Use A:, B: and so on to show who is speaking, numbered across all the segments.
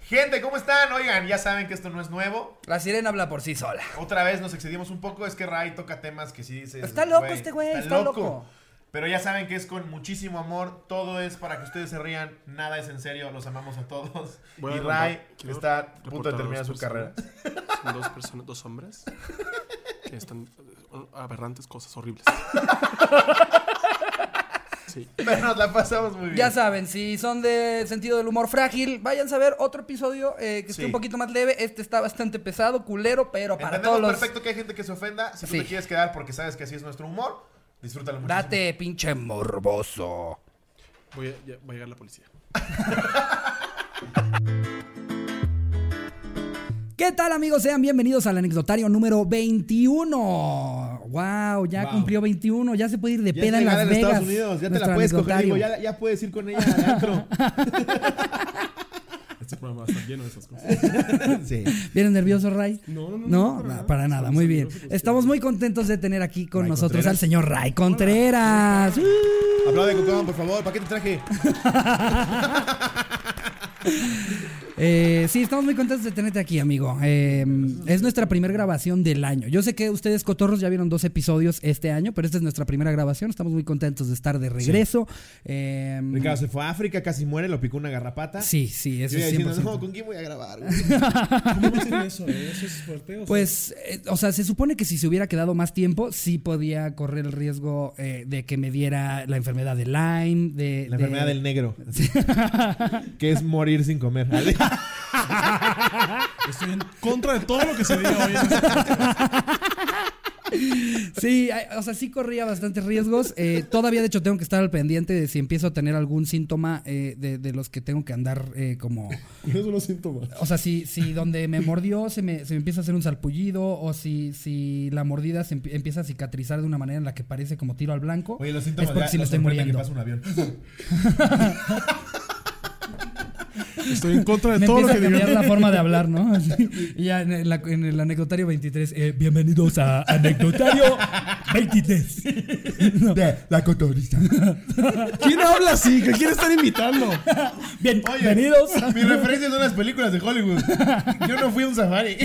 A: Gente, ¿cómo están? Oigan, ya saben que esto no es nuevo.
B: La sirena habla por sí sola.
A: Otra vez nos excedimos un poco. Es que Ray toca temas que sí dices.
B: Está loco este güey, está loco.
A: Pero ya saben que es con muchísimo amor. Todo es para que ustedes se rían. Nada es en serio. Los amamos a todos.
C: Voy a
A: y
C: reportar-
A: Ray
C: quiero
A: está a punto
C: reportar a
A: de terminar su
C: dos
A: carrera.
C: personas. Son dos personas, dos hombres que están eh, aberrantes cosas horribles. Sí.
A: Pero nos la pasamos muy bien.
B: Ya saben, si son de sentido del humor frágil, váyanse a ver otro episodio eh, que esté
A: Sí.
B: un poquito más leve. Este está bastante pesado, culero, pero para
A: Entendemos
B: todos los...
A: perfecto que hay gente que se ofenda. Si tú
B: Sí.
A: te quieres quedar porque sabes que así es nuestro humor, disfrútalo mucho.
B: Date, pinche morboso.
C: Voy a- ya va a llegar la policía.
B: ¿Qué tal amigos? Sean bienvenidos al anecdotario número 21. ¡Wow! Ya
D: Wow.
B: cumplió 21, ya se puede ir de
D: Ya es
B: peda en
D: legal
B: Las
D: en
B: Vegas.
D: Estados Unidos, ya te la
B: nuestro
D: puedes coger,
B: anecdotario.
D: digo, ya, ya puedes ir con ella al antro.
C: Este programa está lleno de esas cosas.
D: sí.
B: ¿Vienen nerviosos, Ray?
C: No, no, no,
B: No,
C: no, para
B: na-
C: nada.
B: para nada,
C: Estamos
B: muy bien.
C: nerviosos,
B: Estamos
C: ustedes.
B: muy contentos de tener aquí con
D: Ray
B: nosotros
D: Contreras.
B: al señor Ray Contreras. ¡Uh!
D: Aplaude, Cocón, por favor. ¿Para qué te traje?
B: Eh, sí, estamos muy contentos de tenerte aquí, amigo. Eh, es nuestra primera grabación del año. Yo sé que ustedes, cotorros, ya vieron dos episodios este año, pero esta es nuestra primera grabación. Estamos muy contentos de estar de regreso. Eh,
D: Ricardo se fue a África, casi muere, lo picó una garrapata.
B: sí, sí, eso
D: Yo iba
B: es
D: diciendo,
B: 100%.
D: no, ¿con quién voy a grabar? güey?
C: ¿Cómo hacen eso? eh? ¿Eso es fuerte? o sea,
B: Pues, eh, o sea, se supone que si se hubiera quedado más tiempo, sí podía correr el riesgo eh, de que me diera la enfermedad de Lyme, de...
D: La
B: de-
D: enfermedad del negro. que es morir sin comer.
C: Estoy en contra de todo lo que se diga hoy. en este programa.
B: Sí, ay, o sea, sí corría bastantes riesgos. Eh, todavía, de hecho, tengo que estar al pendiente de si empiezo a tener algún síntoma eh, de, de los que tengo que andar eh, como...
C: ¿Cuáles son los síntomas?
B: O sea, si, si donde me mordió se me, se me empieza a hacer un salpullido o si, si la mordida se empie- empieza a cicatrizar de una manera en la que parece como tiro al blanco,
D: Oye, los
B: es
D: síntomas
B: porque sí me estoy
D: que
B: muriendo.
D: pasa un avión.
C: Estoy en contra
B: Me
C: de todo lo
B: empieza
C: que
B: a cambiar
C: diga.
B: la forma de hablar, ¿no? Así. Y ya en, la- en el anecdotario 23, eh, bienvenidos a anecdotario 23. No.
D: la cotorrista.
C: ¿Quién habla así? ¿Qué quiere estar invitando?
B: Bienvenidos.
D: Mi referencia son las películas de Hollywood. Yo no fui a un safari.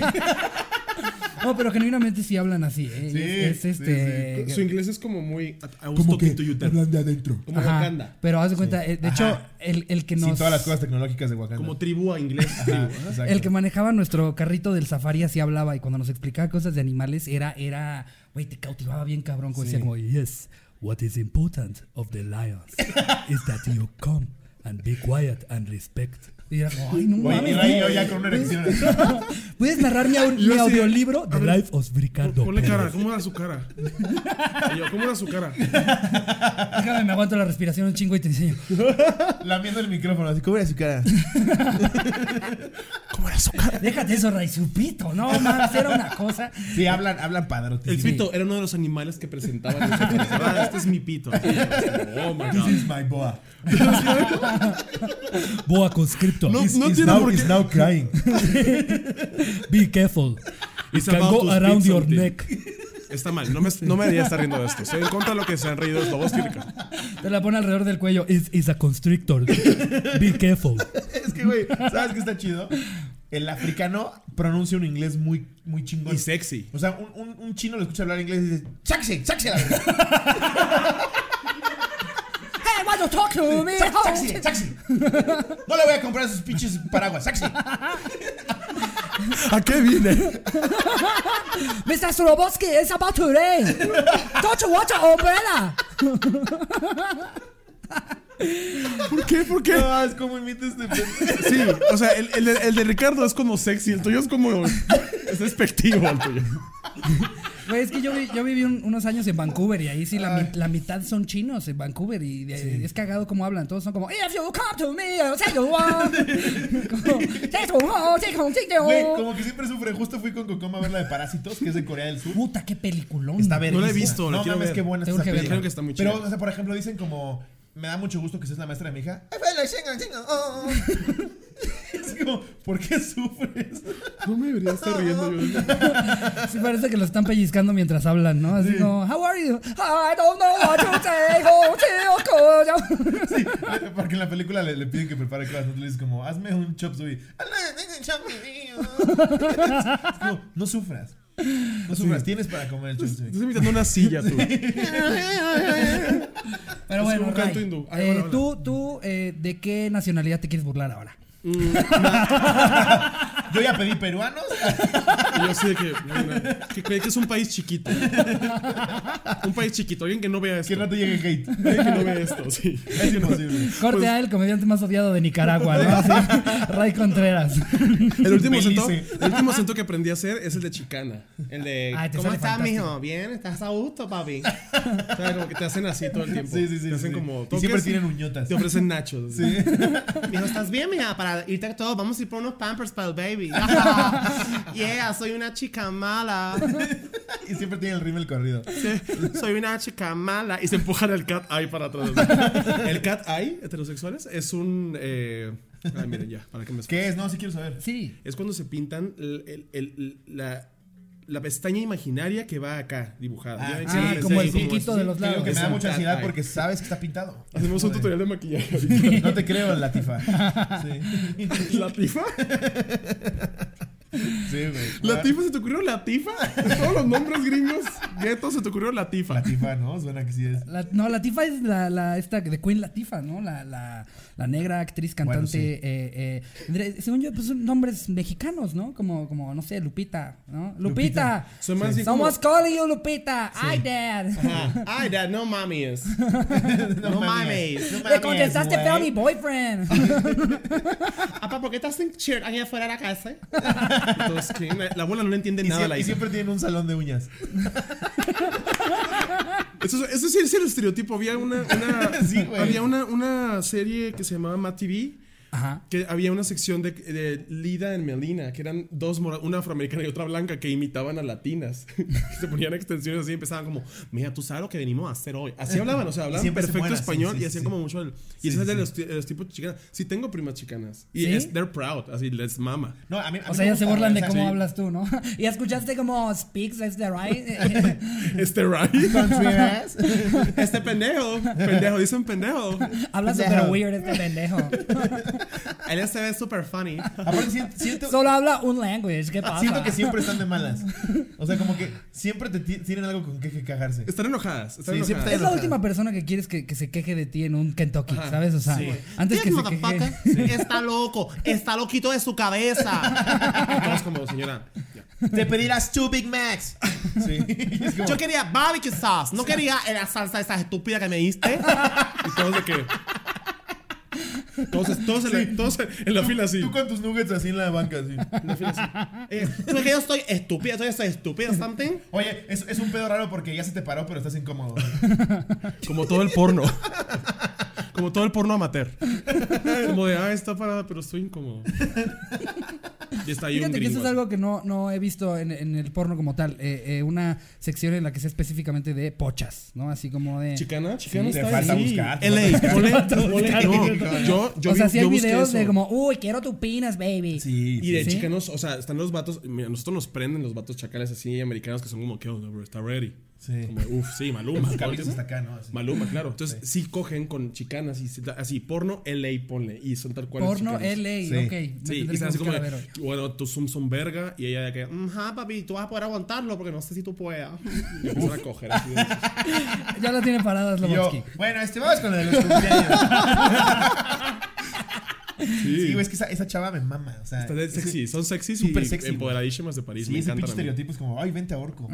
B: No, pero genuinamente sí hablan así. ¿eh?
D: Sí,
B: es, es
D: sí,
B: este.
C: Su inglés es como muy. I was
D: Como
C: talking
D: que
C: to you, Ted.
D: hablan de adentro.
C: Como
B: Ajá,
C: Wakanda.
B: Pero haz de cuenta, eh, de hecho, el, el que nos.
D: Sin todas las cosas tecnológicas de Wakanda.
C: Como tribu a inglés.
D: Ajá,
C: tribu, ¿eh?
D: exacto.
B: El que manejaba nuestro carrito del safari así hablaba y cuando nos explicaba cosas de animales era, era, güey, te cautivaba bien cabrón. como Decía como, yes, what is important of the lions is that you come and be quiet and respect. Y era como, ay, no
D: Oye, y
B: mames.
D: Ray,
B: güey.
D: yo ya con una erección.
B: ¿Puedes narrar mi, au- mi
C: Yo así-
B: audiolibro? The
C: a ver,
B: Life of Ricardo
C: Ponle
B: Pérez.
C: cara, ¿cómo era su cara? Y yo, ¿cómo era su cara?
B: Déjame, me aguanto la respiración un chingo y te enseño.
D: Lamiendo el micrófono, así cubre su cara.
C: ¿Cómo era su cara?
B: Déjate eso, Ray, su pito. No, mames, era una cosa.
D: Sí, hablan, hablan padrotísimo.
C: El pito era uno de los animales que presentaban. en esa película. Ah, este es mi pito. Y yo, Oh my
D: This
C: god.
D: is my boa.
B: Boa conscripto.
C: No,
D: Is-
C: no
D: is
C: tiene
D: now-
C: por
D: is
C: qué.
D: now crying.
B: Be careful.
C: It's
B: Can
C: about
B: go
C: to
B: around
C: speak
B: your
C: something.
B: neck.
C: Está mal, no me, no me debería estar riendo de esto. Estoy en contra de lo que se han reído los Tirka.
B: Te la pone alrededor del cuello. Is, is a constrictor. Be careful.
D: Es que, güey, ¿sabes qué está chido? El africano pronuncia un inglés muy, muy chingón.
C: Y sexy.
D: O sea, un, un, un chino lo escucha hablar inglés y dice, ¡Sáquese! ¡Sáquese la verga!
B: Hey, why you talk to me?
D: ¡Sáquese! ¡Sáquese! ¡Sáquese! No le voy a comprar esos pinches paraguas. ¡Sáquese!
C: ¿A qué vine?
B: Mr. Sloboski, it's about to rain. Don't you watch your umbrella?
C: ¿Por qué? ¿Por qué?
D: No, es como imita este pendejo.
C: Sí, o sea, el, el de, el de Ricardo es como sexy, el tuyo es como. Es despectivo el tuyo.
B: Güey, es que yo, vi- yo viví un- unos años en Vancouver y ahí sí la, mi- la mitad son chinos en Vancouver y de- es cagado como hablan. Todos son como, If you come to me, I'll say you want. Como, "Take you home, take you home, take you
D: Güey,
B: home".
D: como que siempre sufre. Justo fui con Cocoma a ver la de Parásitos, que es de Corea del Sur.
B: Puta, qué peliculón.
D: Está
B: güey.
D: verguísima.
C: No la he visto, la
D: No
C: quiero
D: mames,
C: ver.
D: qué buena
B: Te
D: esa
B: urge
D: peli.
B: verla. Creo que
C: está muy
D: Pero,
C: chida.
D: o sea, por ejemplo, dicen como... Me da mucho gusto que seas la maestra de mi hija. Es como, ¿por qué sufres?
C: No me debería estar riendo yo.
B: Sí, parece que lo están pellizcando mientras hablan, ¿no? Así como, How are you? I don't know what to say, oh, tío, coño".
D: Sí, porque en la película le, le piden que prepare cosas. Entonces le dices como, hazme un chop suey. No, no sufras. No sufras, tienes para comer el chum
C: Estás invitando una silla tú.
B: Pero
C: Es
B: bueno, Ray,
C: un canto hindú. Ay,
B: eh,
C: hola, hola.
B: tú, tú eh, ¿de qué nacionalidad te quieres burlar ahora?
D: Yo ya pedí peruanos.
C: Y yo así de que, no, no, que, que es un país chiquito. Un país chiquito, alguien que no vea esto.
D: Que no te llegue hate.
C: Alguien que no vea esto, sí.
D: Es imposible.
B: Corte A, el comediante más odiado de Nicaragua, ¿no? Así, Ray Contreras.
C: El último,
D: Belice.
C: acento, el último acento que aprendí a hacer es el de chicana. El de.
B: Ay, te Ah, este
C: ¿Cómo
B: sale
C: estás,
B: fantástico.
C: mijo? Bien, estás a gusto, papi. O sea, como que te hacen así todo el tiempo.
D: Sí, sí, sí.
C: Te hacen
D: sí.
C: como.
D: Y
C: ¿todo
D: siempre
C: qué
D: tienen
C: es?
D: uñotas.
C: Te ofrecen nachos. Sí.
E: Mijo, ¿estás bien, mija? Para irte a todo, vamos a ir por unos pampers para el baby. yeah, soy una chica mala.
D: Y siempre tienen el rímel corrido.
E: Soy una chica mala.
C: Y se empujan el cat eye para atrás. El cat eye, heterosexuales, es un. Eh... Ay, miren, ya, para que me
D: ¿Qué es? No, sí quiero saber.
B: Sí.
C: Es cuando se pintan el- el- el- la, la pestaña imaginaria que va acá, dibujada.
D: Ah,
C: Ya
B: sí,
C: ven que
B: como el
C: así,
B: piquito
C: así.
B: de los lados.
D: Creo que me da
C: un
D: mucha
C: cat
D: ansiedad
C: eye.
D: porque sabes que está pintado.
C: Hacemos un tutorial de maquillaje. ahorita.
D: No te creo, Latifa. Sí,
C: ¿La tifa?
D: sí, güey.
C: ¿La tifa se te ocurrió la tifa? Todos los nombres gringos, guetos, se te ocurrió la tifa.
D: Latifa, ¿no? Suena que sí es.
B: La- no, Latifa es la, la esta de Queen Latifa, ¿no? La, la, la negra actriz cantante.
D: Bueno, sí.
B: eh, eh, dre- según yo, pues son nombres mexicanos, ¿no? Como, como no sé, Lupita, ¿no? Lupita.
C: Soy más así como-
B: Somos calling you Lupita. Ay, dad.
E: Ah, Ay, dad, no mames. No, mames. No
B: Le
E: mames.
B: contestaste
E: güey.
B: feo a mi boyfriend.
E: Apa, ¿por qué estás sin shirt aquí afuera de la casa?
C: Entonces, ¿qué? La- la abuela no le entiende
D: Y,
C: nada a
D: sie-
C: la
D: y
C: hija.
D: siempre tienen un salón de uñas.
C: Eso, eso sí es el estereotipo. Había una, una-
D: Sí, güey.
C: había una, una serie que se llamaba Matt TV.
B: Ajá.
C: Que había una sección de, de Lida en Melina, que eran dos, mora- una afroamericana y otra blanca, que imitaban a latinas. se ponían extensiones así y empezaban como, mira, tú sabes lo que venimos a hacer hoy. Así hablaban, o sea, hablaban
D: siempre se
C: perfecto
D: mueven así,
C: español
D: sí,
C: y
D: sí,
C: hacían
D: sí.
C: como mucho el... Y ese es de los, ti- de los tipos chicanas. Sí, tengo primas chicanas. Y
B: ¿Sí?
C: es, they're proud, así les mama.
D: No, a mí, a mí
B: O sea,
D: me
B: ya
D: gusta,
B: se burlan
D: güey, o sea,
B: de cómo
D: sí.
B: hablas tú, ¿no? Y escuchaste como speaks, es the right.
C: Este right. Este pendejo. Pendejo, dicen pendejo.
B: Habla super weird este pendejo.
E: Él se ve súper funny.
D: Aparte, sien- siento,
B: Solo habla un language, ¿qué pasa?
D: siento que siempre están de malas. O sea, como que siempre te ti- tienen algo con que, que cagarse.
C: Están enojadas. Están
D: Sí, siempre
C: enojadas.
B: Es la última persona que quieres que, que se queje de ti en un Kentucky, ¿sabes? O sea, antes
E: This
B: que se queje.
E: motherfucker está loco. Está loquito de su cabeza.
D: pues,
C: Todos como, señora. ya.
D: Te pedirás two Big Macs. Sí. Y es como,
E: Yo quería barbecue
D: Ah,
E: sauce. No quería la salsa esa estúpida que me diste.
C: Y todos de que... Todos, todos, en, la, todos en la fila así.
D: tú con tus nuggets así en la banca, así.
E: Eh, ¿Tú crees que yo estoy estúpida? ¿Soy estoy estúpida something?
D: Oye, es, es un pedo raro porque ya se te paró, pero estás incómodo.
C: Como todo el porno. Como todo el porno amateur. Como de, ah, está parada, pero estoy incómodo. Y está ahí un
B: Fíjate que eso
C: gringo.
B: es algo que no, no he visto en, en el porno como tal. Eh, eh, una sección en la que sea específicamente de pochas, ¿no? Así como de.
C: Chicana, chicana
D: Te
C: está
D: falta
C: ahí.
D: buscar, te
C: LA,
D: falta
C: ponle- ponle- no, yo, yo
B: o sea,
C: vi-
B: si
C: yo
B: hay
C: busqué
B: videos
C: eso.
B: de como, uy, quiero tu pinas, baby.
D: Sí,
C: Y de
B: ¿Sí?
C: chicanos, o sea, están los vatos. Mira, nosotros nos prenden los vatos chacales así americanos que son como, ¿qué onda, bro? Está ready.
D: Sí.
C: Como, uff, sí, Maluma.
D: Los
C: todo el
D: cables hasta
C: tiempo.
D: acá, ¿no? Así.
C: Maluma, claro. Entonces, sí, cogen con chicanas y se da- así, porno LA, ponle. Y son tal cual.
B: Porno
C: chicanos.
B: LA,
D: Sí.
B: ok. Me
C: Sí,
B: tendré
C: y están
B: que
C: así como,
B: buscar,
C: de,
B: a ver.
C: bueno, tus Zooms son verga. Y ella de que, mm,
E: Ajá, papi, tú vas a poder aguantarlo porque no sé si tú puedas.
C: y empiezan a coger. así de-
B: Ya la tiene parada
D: Y yo,
B: Slobodsky.
D: bueno, este, vamos con lo de los cumpleaños. Sí,
C: Sí,
D: güey, es que esa, esa chava me mama. O sea,
C: Están de sexy, son sexy
D: Súper
C: y
D: sexy, güey.
C: empoderadísimas de París.
D: Sí,
C: me
D: ese
C: encantan
D: pinche
C: a mí.
D: estereotipo es como, ay, vente a Orco.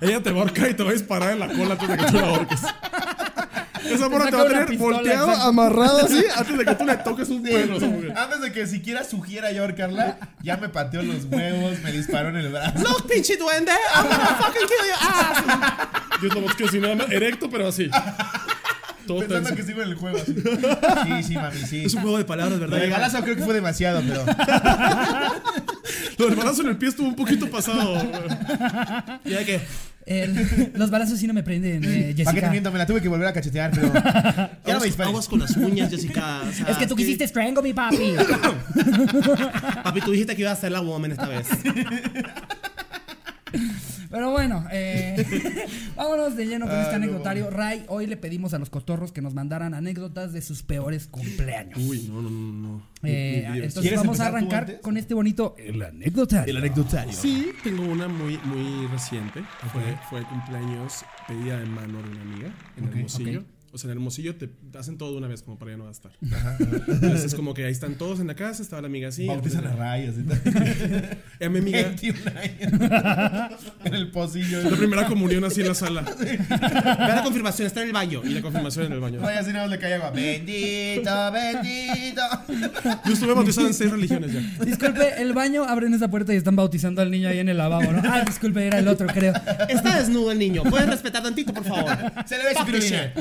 C: Ella te va a ahorcar y te va a disparar en la cola antes de que tú la ahorques. Esa morra te
B: saca
C: va a
B: una
C: tener
B: pistola,
C: volteado,
B: exacto.
C: amarrado así, antes de que tú le toques un pelo.
D: Antes de que siquiera sugiera yo ahorcarla, ya me pateó los huevos, me disparó en el brazo.
E: Look, pinche duende, I'm gonna fucking kill your ass.
C: Yo te busqué así nada más, erecto, pero así. Todo
D: Pensando
C: tenso.
D: que sigo en el juego. así. Sí, sí, mami, sí.
C: pues. Es un juego de palabras,
D: Lo
C: ¿verdad?
D: del balazo creo que fue demasiado, pero.
C: Lo del balazo en el pie estuvo un poquito pasado. y hay que.
B: El- los balazos sí no me prenden, eh, Jessica.
D: ¿Para qué te miento? Me la tuve que volver a cachetear, pero. Ya no me dispares.
E: con las uñas, Jessica. O sea,
B: Es
D: Ah,
B: que tú quisiste strangle mi papi.
E: Papi, tú dijiste que ibas a ser la woman esta vez.
B: Pero bueno, eh, vámonos de lleno con este anecdotario. Ray, hoy le pedimos a los cotorros que nos mandaran anécdotas de sus peores cumpleaños.
C: Uy, no, no, no, no.
B: Eh,
C: Ni- ni-
B: entonces
D: ¿Quieres
B: vamos a
D: empezar tú
B: arrancar
D: antes?
B: con este bonito el anecdotario.
D: El anecdotario.
C: Sí, tengo una muy, muy reciente. Fue, fue el cumpleaños pedida de mano de una amiga en Hermosillo. O sea, en Hermosillo te hacen todo de una vez, como para ya no gastar. Entonces es como que ahí están todos en la casa, estaba la amiga así.
D: Bautizan a
C: entonces,
D: rayas.
C: y a mi amiga,
D: 21 años. en el pocillo.
C: la primera comunión así en la sala.
E: Ve a la confirmación, está en el baño.
C: Y la confirmación en el baño.
D: Rayas y nada más le cae agua. Bendito, bendito.
C: Yo estuve bautizado en seis religiones ya.
B: Disculpe, el baño, abren esa puerta y están bautizando al niño ahí en el lavabo, ¿no? Ah, disculpe, era el otro, creo.
E: Está desnudo el niñio. Puedes respetar tantito, por favor.
D: Se le ve
E: Fuck this
D: espirulina.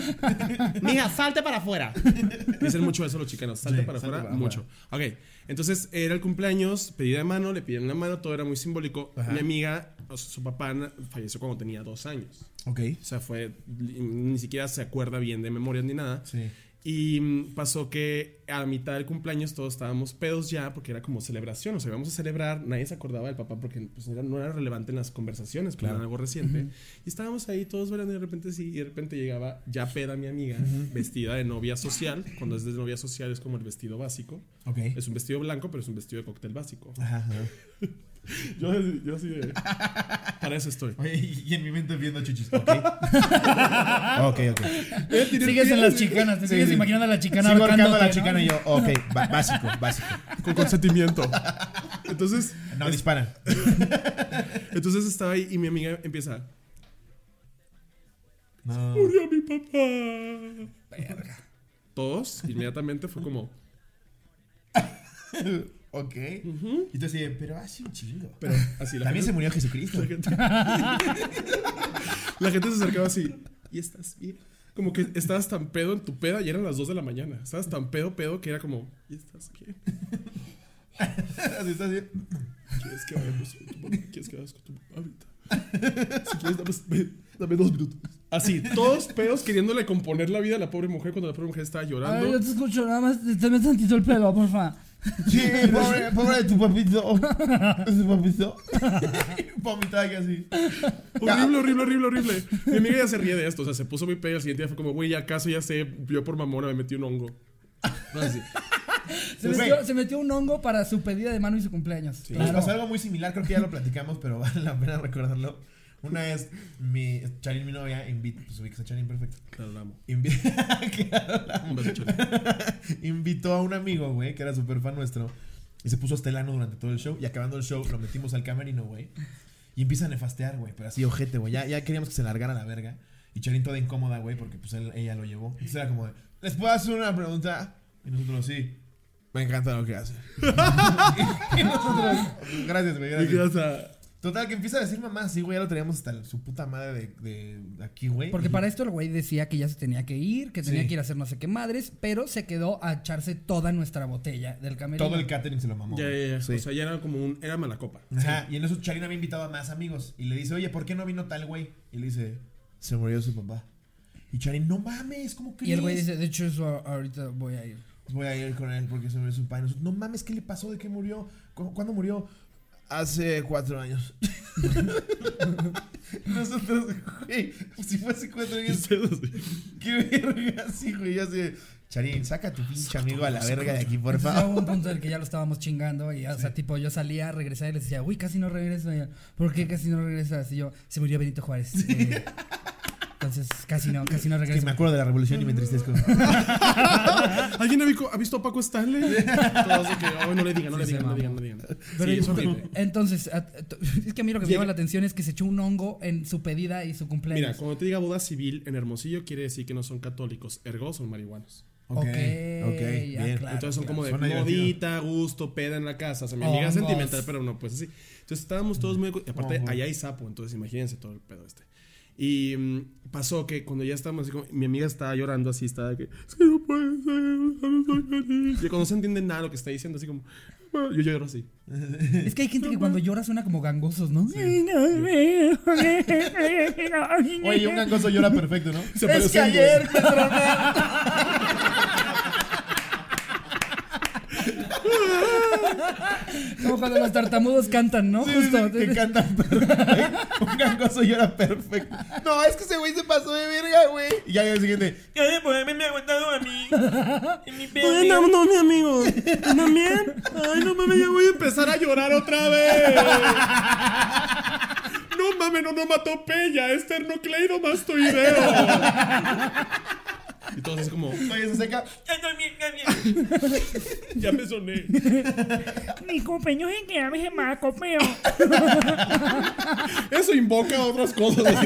E: shit. Mija, salte para afuera.
C: Dicen mucho eso los chicanos. Salte
D: Sí,
C: para
D: salte
C: afuera,
D: para
C: mucho. Ok, entonces era el cumpleaños, pedida de mano, le pidieron la mano, todo era muy simbólico. Mi amiga, o sea, su papá na- falleció cuando tenía dos años.
D: Ok.
C: O sea, fue. li- Ni siquiera se acuerda bien de memorias ni nada.
D: Sí.
C: Y mm, pasó que a la mitad del cumpleaños todos estábamos pedos ya porque era como celebración. O sea, íbamos a celebrar. Nadie se acordaba del papá porque pues, era- no era relevante en las conversaciones, claro. era algo reciente. Y estábamos ahí todos bailando y de repente sí. Y de repente llegaba ya peda mi amiga, vestida de novia social. Cuando es de novia social es como el vestido básico.
D: Ok.
C: Es un vestido blanco, pero es un vestido de cóctel básico.
D: Ajá, ajá.
C: Yo, yo así de. Para eso estoy.
D: Oye, y y en mi mente viendo chichis. Ok. ok, ok.
B: Sigues en las chicanas, te
D: Sí,
B: sigues
D: sí.
B: imaginando a la chicana
D: Sigo ahorcando a
B: ahorcándote,
D: la
B: ¿no?
D: chicana y yo. Ok, ba- básico, básico.
C: Con consentimiento. Entonces,
D: No disparan.
C: entonces estaba ahí y mi amiga empieza.
D: No.
C: Murió mi papá. Todos inmediatamente fue como,
D: Ok. Y tú así, pero hace un chingo.
C: pero así la
D: También se
C: gente,
D: murió Jesucristo.
C: la gente, la gente se acercaba así, ¿y estás bien? Como que estabas tan pedo en tu peda y eran las 2 de la mañana. Estabas tan pedo, pedo que era como, ¿y estás bien?
D: Así está así.
C: ¿Quieres que vayamos con tu papá? ¿Quieres que vayas con tu papá ahorita? Si quieres, dame, ve- dame dos minutos. Así, todos pedos queriéndole componer la vida a la pobre mujer cuando la pobre mujer estaba
B: A
C: llorando.
B: ver, yo te escucho, nada más te me tantito el pelo, porfa.
D: Sí, pobre, pobre de tu papito. De tu papito. Vomitaba que así.
C: Horrible, horrible, horrible, horrible. Mi amiga ya se ríe de esto. O sea, se puso muy pedo. El siguiente día fue como, güey, ¿acaso ya sé? Yo por mamona me metí un hongo. Así.
B: Se
D: Pues, Güey.
B: metió, se metió un hongo para su pedida de mano y su cumpleaños.
D: Nos
B: Claro.
D: pasó algo muy similar, creo que ya lo platicamos, pero vale la pena recordarlo. Una vez, mi, Charín, mi novia, invita, pues ubicas a Charín perfecto.
C: Claro, la amo.
D: Invi- Claro, la-
C: Un beso, chale.
D: invitó a un amigo, güey, que era súper fan nuestro. Y se puso hasta el ano durante todo el show. Y acabando el show, lo metimos al camerino, güey. Y empieza a nefastear, güey. Pero así, ojete, güey. Ya, ya queríamos que se largara la verga. Y Charín toda incómoda, güey, porque pues él- ella lo llevó. Entonces era como de, ¿les puedo hacer una pregunta? Y nosotros, sí. Me encanta lo que hace. y nosotros, gracias, güey,
C: Me
D: gracias.
C: quedé hasta-
D: Total, que empieza a decir mamá, sí, güey, ya lo teníamos hasta su puta madre de, de aquí, güey.
B: Porque para esto el güey decía que ya se tenía que ir, que tenía
D: Sí.
B: que ir a hacer no sé qué madres, pero se quedó a echarse toda nuestra botella del camerino.
D: Todo el catering se lo mamó.
C: Ya, ya,
D: güey.
C: ya.
D: Sí.
C: O sea, ya era como un. Era mala copa.
D: Ajá, y en eso Charina había invitado a más amigos. Y le dice, oye, ¿por qué no vino tal güey? Y le dice, se murió su papá. Y Charin, no mames, ¿cómo crees?
B: y el güey dice, de hecho, eso ahorita voy a ir.
D: Voy a ir con él porque se murió su papá. Y nosotros, no mames, ¿qué le pasó? ¿De qué murió? ¿Cu- ¿Cuándo murió? Hace cuatro años. nosotros, güey, si fue hace cuatro
C: Y
D: años,
C: ustedes así.
D: qué verga, sí, güey. Yo así, de, Charin, saca a tu pinche amigo a la verga de aquí, por
B: Entonces ya
D: favor.
B: hubo un punto en el que ya lo estábamos chingando y, o sea, tipo, yo salía, regresaba y les decía, uy, casi no regresas. Y yo, ¿Por qué casi no regresas? Y yo, se murió Benito Juárez. Eh, entonces, casi no, casi no
D: Es que me
B: regresas.
D: acuerdo de la revolución y me entristezco.
C: ¿Alguien ha visto, ha visto a Paco Stanley? Todos de que, "Ay, no le digan, no le
B: Sí, se
C: digan, no le
B: mamó.
C: digan, no le digan.
B: Pero
C: Sí, es
B: ent-
C: horrible.
B: entonces, a- t- es que a mí lo que me
C: Llega-
B: llama la atención es que se echó un hongo en su pedida y su cumpleaños.
C: Mira, cuando te diga boda civil en Hermosillo, quiere decir que no son católicos, ergo son marihuanos.
B: Ok,
D: Ok,
B: ok,
D: ok,
B: ya,
D: bien.
B: claro.
C: Entonces son como de
D: Suena divertido.
C: modita, gusto, peda en la casa. O sea, mi amiga
B: Hongos.
C: sentimental, pero no, pues así. Entonces estábamos todos muy. Y aparte,
D: Hongos.
C: allá hay sapo, entonces imagínense todo el pedo este. Y mm, pasó que cuando ya estábamos así, como, mi amiga estaba llorando así, estaba de que, "Es que no puede ser, no soy feliz". Y cuando no se entiende nada lo que está diciendo, así como, "Ah", yo lloro así.
B: Es que hay gente que cuando llora suena como gangosos, ¿no? Ay, no, me-
D: Oye, un gangoso llora perfecto, ¿no?
C: Se
B: es que
C: parecen, güey.
B: ayer me troné. Como cuando los tartamudos cantan, ¿no? Justo.
D: que cantan perfecto. Un gangoso llora perfecto. No, es que ese güey se pasó de verga, güey. Y ya el siguiente.
F: Gracias por haberme aguantado a mí. En mi pedo.
C: Ay, no, no, mi amigo. ¿También? Ay, no mames, ya voy a empezar a llorar otra vez. No mames, no, no mató Este Pella, es ternocleidomastoideo. Y todos es como,
D: Oye, se seca.
F: Ay, no, mi- mi- mi-
C: ya me soné.
G: Mi cumpleaños es que a veces me acopeo.
C: Eso invoca otras cosas. así.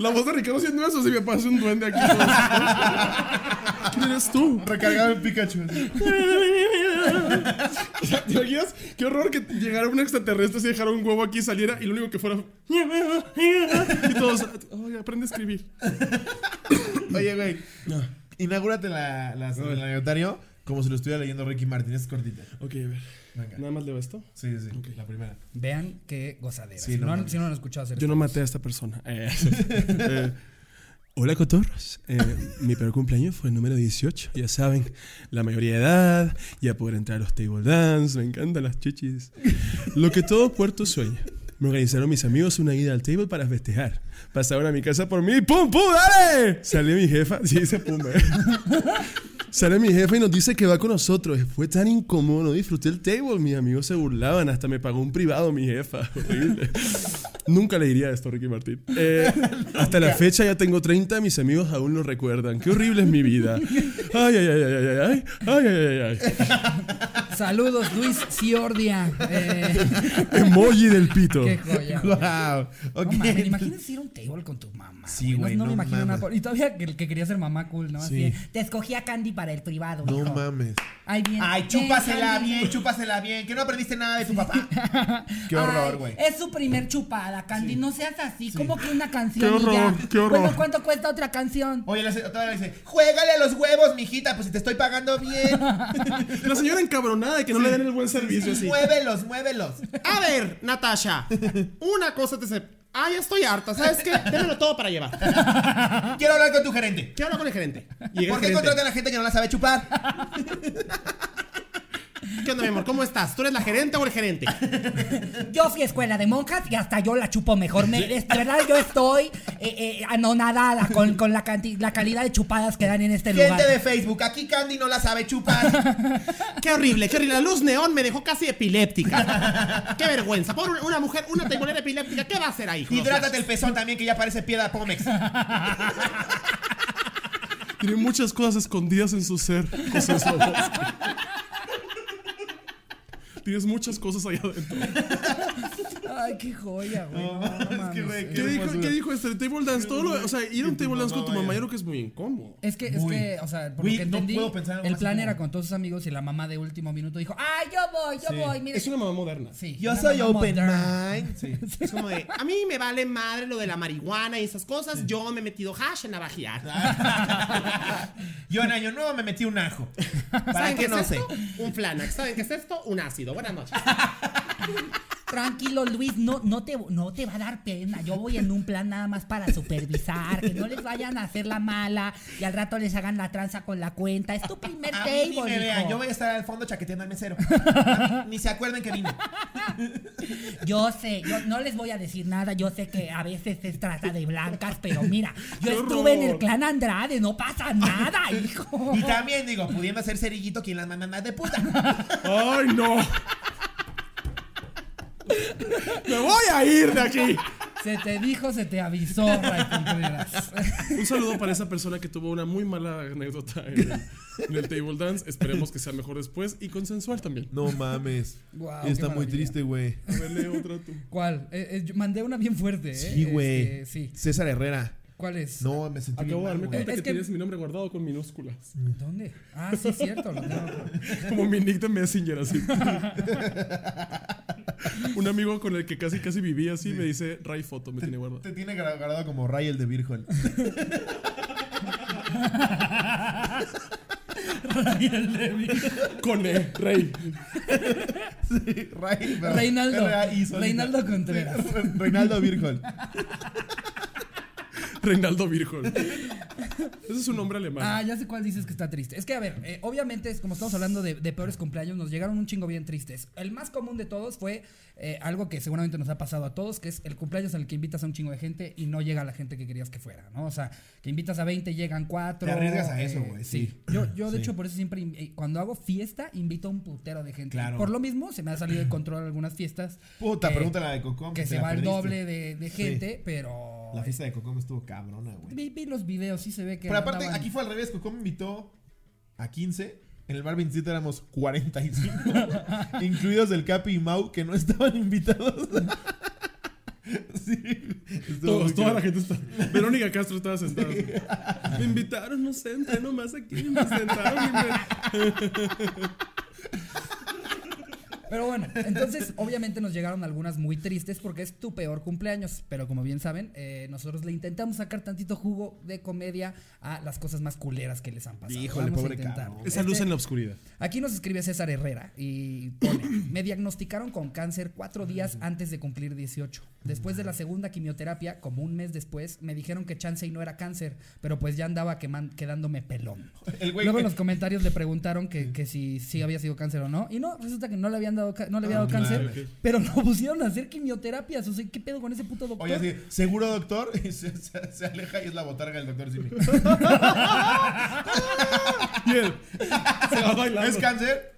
C: La voz de Ricardo haciendo eso, si me pasa un duende aquí. ¿Quién eres tú?
D: Recargado en Pikachu.
C: O sea, ¿Te imaginas? Qué horror que llegara un extraterrestre y dejara un huevo aquí y saliera y lo único que fuera. Y todos. Ay, aprende a escribir.
D: Oye, güey. Inaugúrate la, la, el anecdotario como si lo estuviera leyendo Ricky Martin. Es cortita.
C: Ok, a ver.
D: Venga.
C: Nada más leo esto.
D: Sí, sí, sí. La primera.
B: Vean qué gozadera.
D: Sí,
B: si,
D: no
B: no, han-
D: mames.
B: si no han escuchado hacer
C: Yo no maté a esta persona. Eh, eh, hola, cotorros. Eh, mi peor cumpleaños fue el número 18. Ya saben, la mayoría de edad, ya poder entrar a los table dance, me encantan las chichis. Lo que todo puerto sueña. Me organizaron mis amigos una ida al table para festejar. Pasaron a mi casa por mí. ¡Pum, pum, dale! Salió mi jefa. Sí, dice pum, eh. Sale mi jefe y nos dice que va con nosotros. Fue tan incómodo, no disfruté el table. Mis amigos se burlaban, hasta me pagó un privado mi jefa. Horrible. Nunca le diría esto a Ricky Martín. Eh, hasta la fecha ya tengo 30, mis amigos aún lo recuerdan. Qué horrible es mi vida. Ay, ay, ay, ay, ay, ay, ay, ay, ay, ay.
B: Saludos, Luis Ciordia. Eh,
C: Emoji del pito.
B: qué joya. güey.
D: Wow.
B: No
D: Ok.
B: mames, imagínense ir a un table con tu mamá.
D: Sí,
B: No-
D: güey,
B: No, me
D: no
B: imagino nada.
D: mames.
B: por- Y todavía que, que quería ser mamá cool, ¿no? Así, de, te escogí a Candy para el privado.
D: No
B: hijo.
D: mames.
B: Ay, bien.
D: Ay,
B: Ven,
D: chúpasela
B: Candy.
D: bien, chúpasela bien, que no aprendiste nada de tu papá. Qué
B: Ay,
D: horror, güey.
B: Es su primer chupada, Candy. No seas así. como que una canción?
C: Qué
B: y ya?
C: horror, qué horror.
B: Bueno, ¿cuánto cuesta otra canción?
D: Oye, le hace- todavía le dice, juégale a los huevos, mijita, pues si te estoy pagando bien.
C: La señora encabronada de que no le den el buen servicio así.
D: Muévelos, muévelos.
E: A ver, Natasha, una cosa te se... Ah, ya estoy harta, ¿sabes qué? Démelo todo para llevar.
D: Quiero hablar con tu gerente.
E: ¿Qué hablo con el gerente?
D: ¿Por qué contratan a gente que no la sabe chupar?
E: ¿Qué onda, mi amor? ¿Cómo estás? ¿Tú eres la gerente o el gerente?
B: Yo fui a escuela de monjas y hasta yo la chupo mejor. Me, es- de verdad, yo estoy eh, eh, anonadada con, con la, canti- la calidad de chupadas que dan en este lugar.
D: Gente de Facebook, aquí Candy no la sabe chupar.
E: Qué horrible, qué horrible. La luz neón me dejó casi epiléptica. Qué vergüenza. Por una mujer, una tengolera epiléptica, ¿qué va a hacer ahí? con los
D: Hidrátate el pezón también, que ya parece piedra Pómex.
C: Tiene muchas cosas escondidas en su ser, José Slobosky. Tienes muchas cosas allá adentro.
B: Ay, qué joya, güey. No, no mames. eh.
C: ¿Qué dijo, ¿Qué dijo este? Table dance, todo lo, o sea, ir a un table dance con tu mamá yo creo que es muy incómodo.
B: Es que, es que, o sea, por
D: Güey,
B: lo que
D: no
B: entendí,
D: puedo pensar en algo
B: el
D: más
B: plan
D: incómodo.
B: era con todos sus amigos y la mamá de último minuto dijo, ¡ay, yo voy, yo voy! Mira,
C: Es una mamá moderna.
B: Sí,
D: Yo
B: una
D: soy
B: mamá
D: open
B: moderna.
D: mind.
E: cosas? Es como de, a mí me vale madre lo de la marihuana y esas cosas. Yo me he metido hash en la vagina.
D: Yo en año nuevo me metí un ajo. Para
E: ¿Saben qué
D: que
E: es
D: no sé.
E: esto? Un Flanax. ¿Saben qué es esto? Un ácido. Buenas noches.
B: Tranquilo, Luis, no, no, te, no te va a dar pena. Yo voy en un plan nada más para supervisar, que no les vayan a hacer la mala y al rato les hagan la tranza con la cuenta. Es tu primer
D: A
B: table,
D: mí ni me vean,
B: hijo.
D: yo voy a estar al fondo chaqueteando al mesero. A mí Ni se acuerden que vine.
B: Yo sé, yo no les voy a decir nada, yo sé que a veces se trata de blancas, pero mira, yo
C: ¡Qué
B: estuve en
C: horror!
B: el clan Andrade, no pasa nada, hijo.
D: Y también digo, pudiendo hacer cerillito quien las manda más de puta.
C: ¡Ay, no! ¡Me voy a ir de aquí!
B: Se te dijo, se te avisó, Ray Contreras.
C: Un saludo para esa persona que tuvo una muy mala anécdota en el, en el table dance. Esperemos que sea mejor después y consensual también.
D: No mames.
B: Guau, Está qué muy maravilla. Eh, triste,
D: güey.
C: A ver, lee otra tú.
B: ¿Cuál? Eh, eh, yo mandé una bien fuerte, ¿eh?
D: Sí, güey.
B: Este, sí.
D: César Herrera.
B: ¿Cuál es?
D: No, me sentí
C: Acabo
D: bien
C: de darme
D: mal, güey.
C: cuenta
B: Es
C: que,
B: que-
C: tienes mi nombre guardado con minúsculas.
B: ¿Dónde? Ah, sí, cierto. lo tengo.
C: Como mi nick de Messenger, así. Un amigo con el que casi casi vivía así me dice Ray Foto, me tiene guardado.
D: Te tiene gra- guardado como Ray el de Virgol.
C: Con E, Ray.
D: Sí, Ray, pero-
B: Reinaldo.
D: R-A-I solita.
B: Reinaldo Contreras.
D: Sí, Reinaldo Virgol.
C: Reinaldo Virgol. Ese es un nombre alemán.
B: Ah, ya sé cuál dices que está triste. Es que, a ver, eh, obviamente, es como estamos hablando de, de peores cumpleaños, nos llegaron un chingo bien tristes. El más común de todos fue eh, algo que seguramente nos ha pasado a todos, que es el cumpleaños en el que invitas a un chingo de gente y no llega la gente que querías que fuera, ¿no? O sea, que invitas a 20, llegan 4.
A: Te arriesgas a eso, güey, sí.
B: Yo, yo de hecho, por eso siempre, in- eh, cuando hago fiesta, invito a un putero de gente.
A: Claro.
B: Por lo mismo, se me ha salido de control algunas fiestas.
A: Puta,
B: que-
A: pregúntale a la de Cocom.
B: Que
A: te
B: se
A: la
B: va el
A: perdiste.
B: doble de, de gente, pero.
A: La fiesta de Cocom estuvo cabrona, güey.
B: Vi, vi los videos, sí se ve que.
A: Pero aparte,
B: andaban-
A: aquí fue al revés. Cocom invitó a 15. En el bar 27 éramos 45. incluidos el Capi y Mau, que no estaban invitados. sí. estuvo muy
C: Todos, toda
A: cabrón.
C: la gente está. Verónica Castro estaba sentada. así. Me invitaron, no sé, entré nomás aquí. Me sentaron. y me-
B: Pero bueno, entonces obviamente nos llegaron algunas muy tristes porque es tu peor cumpleaños. Pero como bien saben, eh, nosotros le intentamos sacar tantito jugo de comedia a las cosas más culeras que les han pasado.
A: Híjole,
B: Vamos a
A: pobre
B: intentar. Este,
A: cabrón.
C: Esa luz en la oscuridad.
B: Aquí nos escribe César Herrera y pone, me diagnosticaron con cáncer cuatro días antes de cumplir 18. Después de la segunda quimioterapia, como un mes después, me dijeron que chance y no era cáncer, pero pues ya andaba queman- quedándome pelón.
A: El güey
B: Luego
A: que-
B: en los comentarios le preguntaron que, que si, si había sido cáncer o no, y no, resulta que no le habían dado, ca- no le
A: Ah,
B: había dado cáncer, pero lo pusieron a hacer quimioterapias, o sea, ¿qué pedo con ese puto doctor?
A: Oye, así, seguro doctor, y se, se- se aleja y es la botarga del doctor Simi.
C: Y él se va bailando.
A: ¿Es cáncer?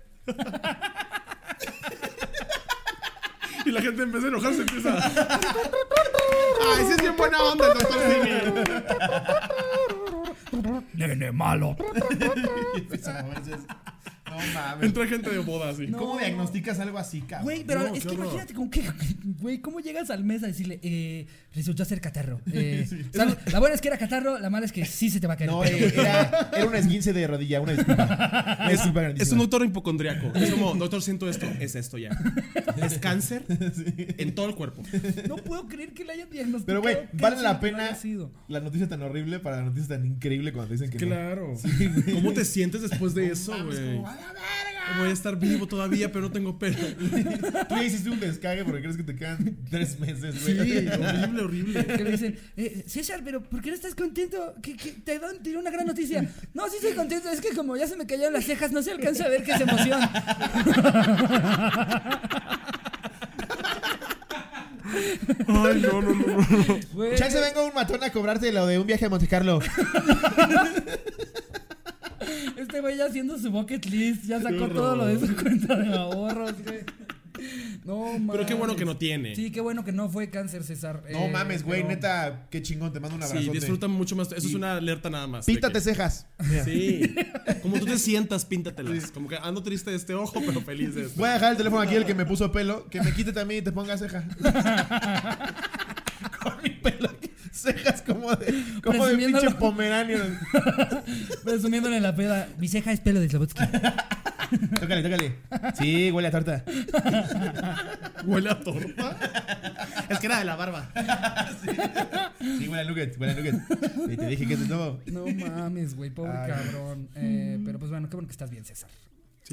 C: Y la gente en vez de enojarse empieza. a-
H: Ay, sí Ah, es bien buena onda el doctor Simi.
B: Nene malo.
A: Y empieza a moverse así. No mames.
C: Entra gente de boda así.
A: ¿Cómo diagnosticas algo así, cabrón?
B: Güey, pero
C: No,
B: es
C: qué
B: que
C: horror.
B: imagínate con qué, güey, ¿cómo llegas al mes a decirle, eh, resultó ser catarro? Eh, ¿sabes? La buena es que era catarro, la mala es que sí se te va a caer. el
A: No,
B: pelo.
A: eh, era, era un esguince de rodilla, una disculpa. Una disculpa
C: Es un
A: grandísima.
C: doctor hipocondriaco. Es como, doctor, siento esto. Es esto ya. Es cáncer en todo el cuerpo.
B: No puedo creer que le hayan diagnosticado.
A: Pero, güey,
B: cáncer
A: vale
B: y
A: la
B: no
A: pena
B: haya sido.
A: la noticia tan horrible para la noticia tan increíble cuando te dicen que no.
C: Claro. ¿Cómo te sientes después de eso, güey? Voy a estar vivo todavía, pero no tengo pelo.
A: Tú ya hiciste un descague porque crees que te quedan tres meses,
C: Sí,
A: güey.
C: horrible, horrible.
B: Que le dicen, eh, César, pero ¿por qué no estás contento? Que, que te dan te dio una gran noticia. No, sí estoy contento, es que como ya se me cayeron las cejas, no se alcanza a ver que se emociona.
C: Ay, no, no, no. no.
B: Güey,
A: Chance vengo un matón a cobrarte lo de un viaje a Monte Carlo.
B: Este güey ya haciendo su bucket list, ya sacó todo lo de su cuenta de ahorros, güey. No, mames.
C: Pero qué bueno que no tiene.
B: Sí, qué bueno que no fue cáncer, César.
A: No
B: Eh,
A: mames, güey,
B: pero-
A: neta, qué chingón, te mando un abrazo.
C: Sí, disfruta mucho más. Eso es una alerta nada más. de
A: Píntate
C: que-
A: cejas.
C: Sí. Como tú te sientas, píntatelas. Como que ando triste de este ojo, pero feliz de esto.
A: Voy a dejar el teléfono aquí, el que me puso pelo. Que me quite también y te ponga ceja. Con mi pelo. aquí, Cejas como de, como de
B: Presumiéndolo.
A: pinche pomeranio.
B: Presumiéndole la peda. Mi ceja es pelo de Slobotsky.
A: tócale, tócale. Sí, huele a torta.
C: Huele a torta.
H: Es que era de la barba.
A: Sí, huele a nugget, huele a nugget. Y te dije que es nuevo.
B: No mames, güey, pobre cabrón. Eh, pero pues bueno, qué bueno que estás bien, César.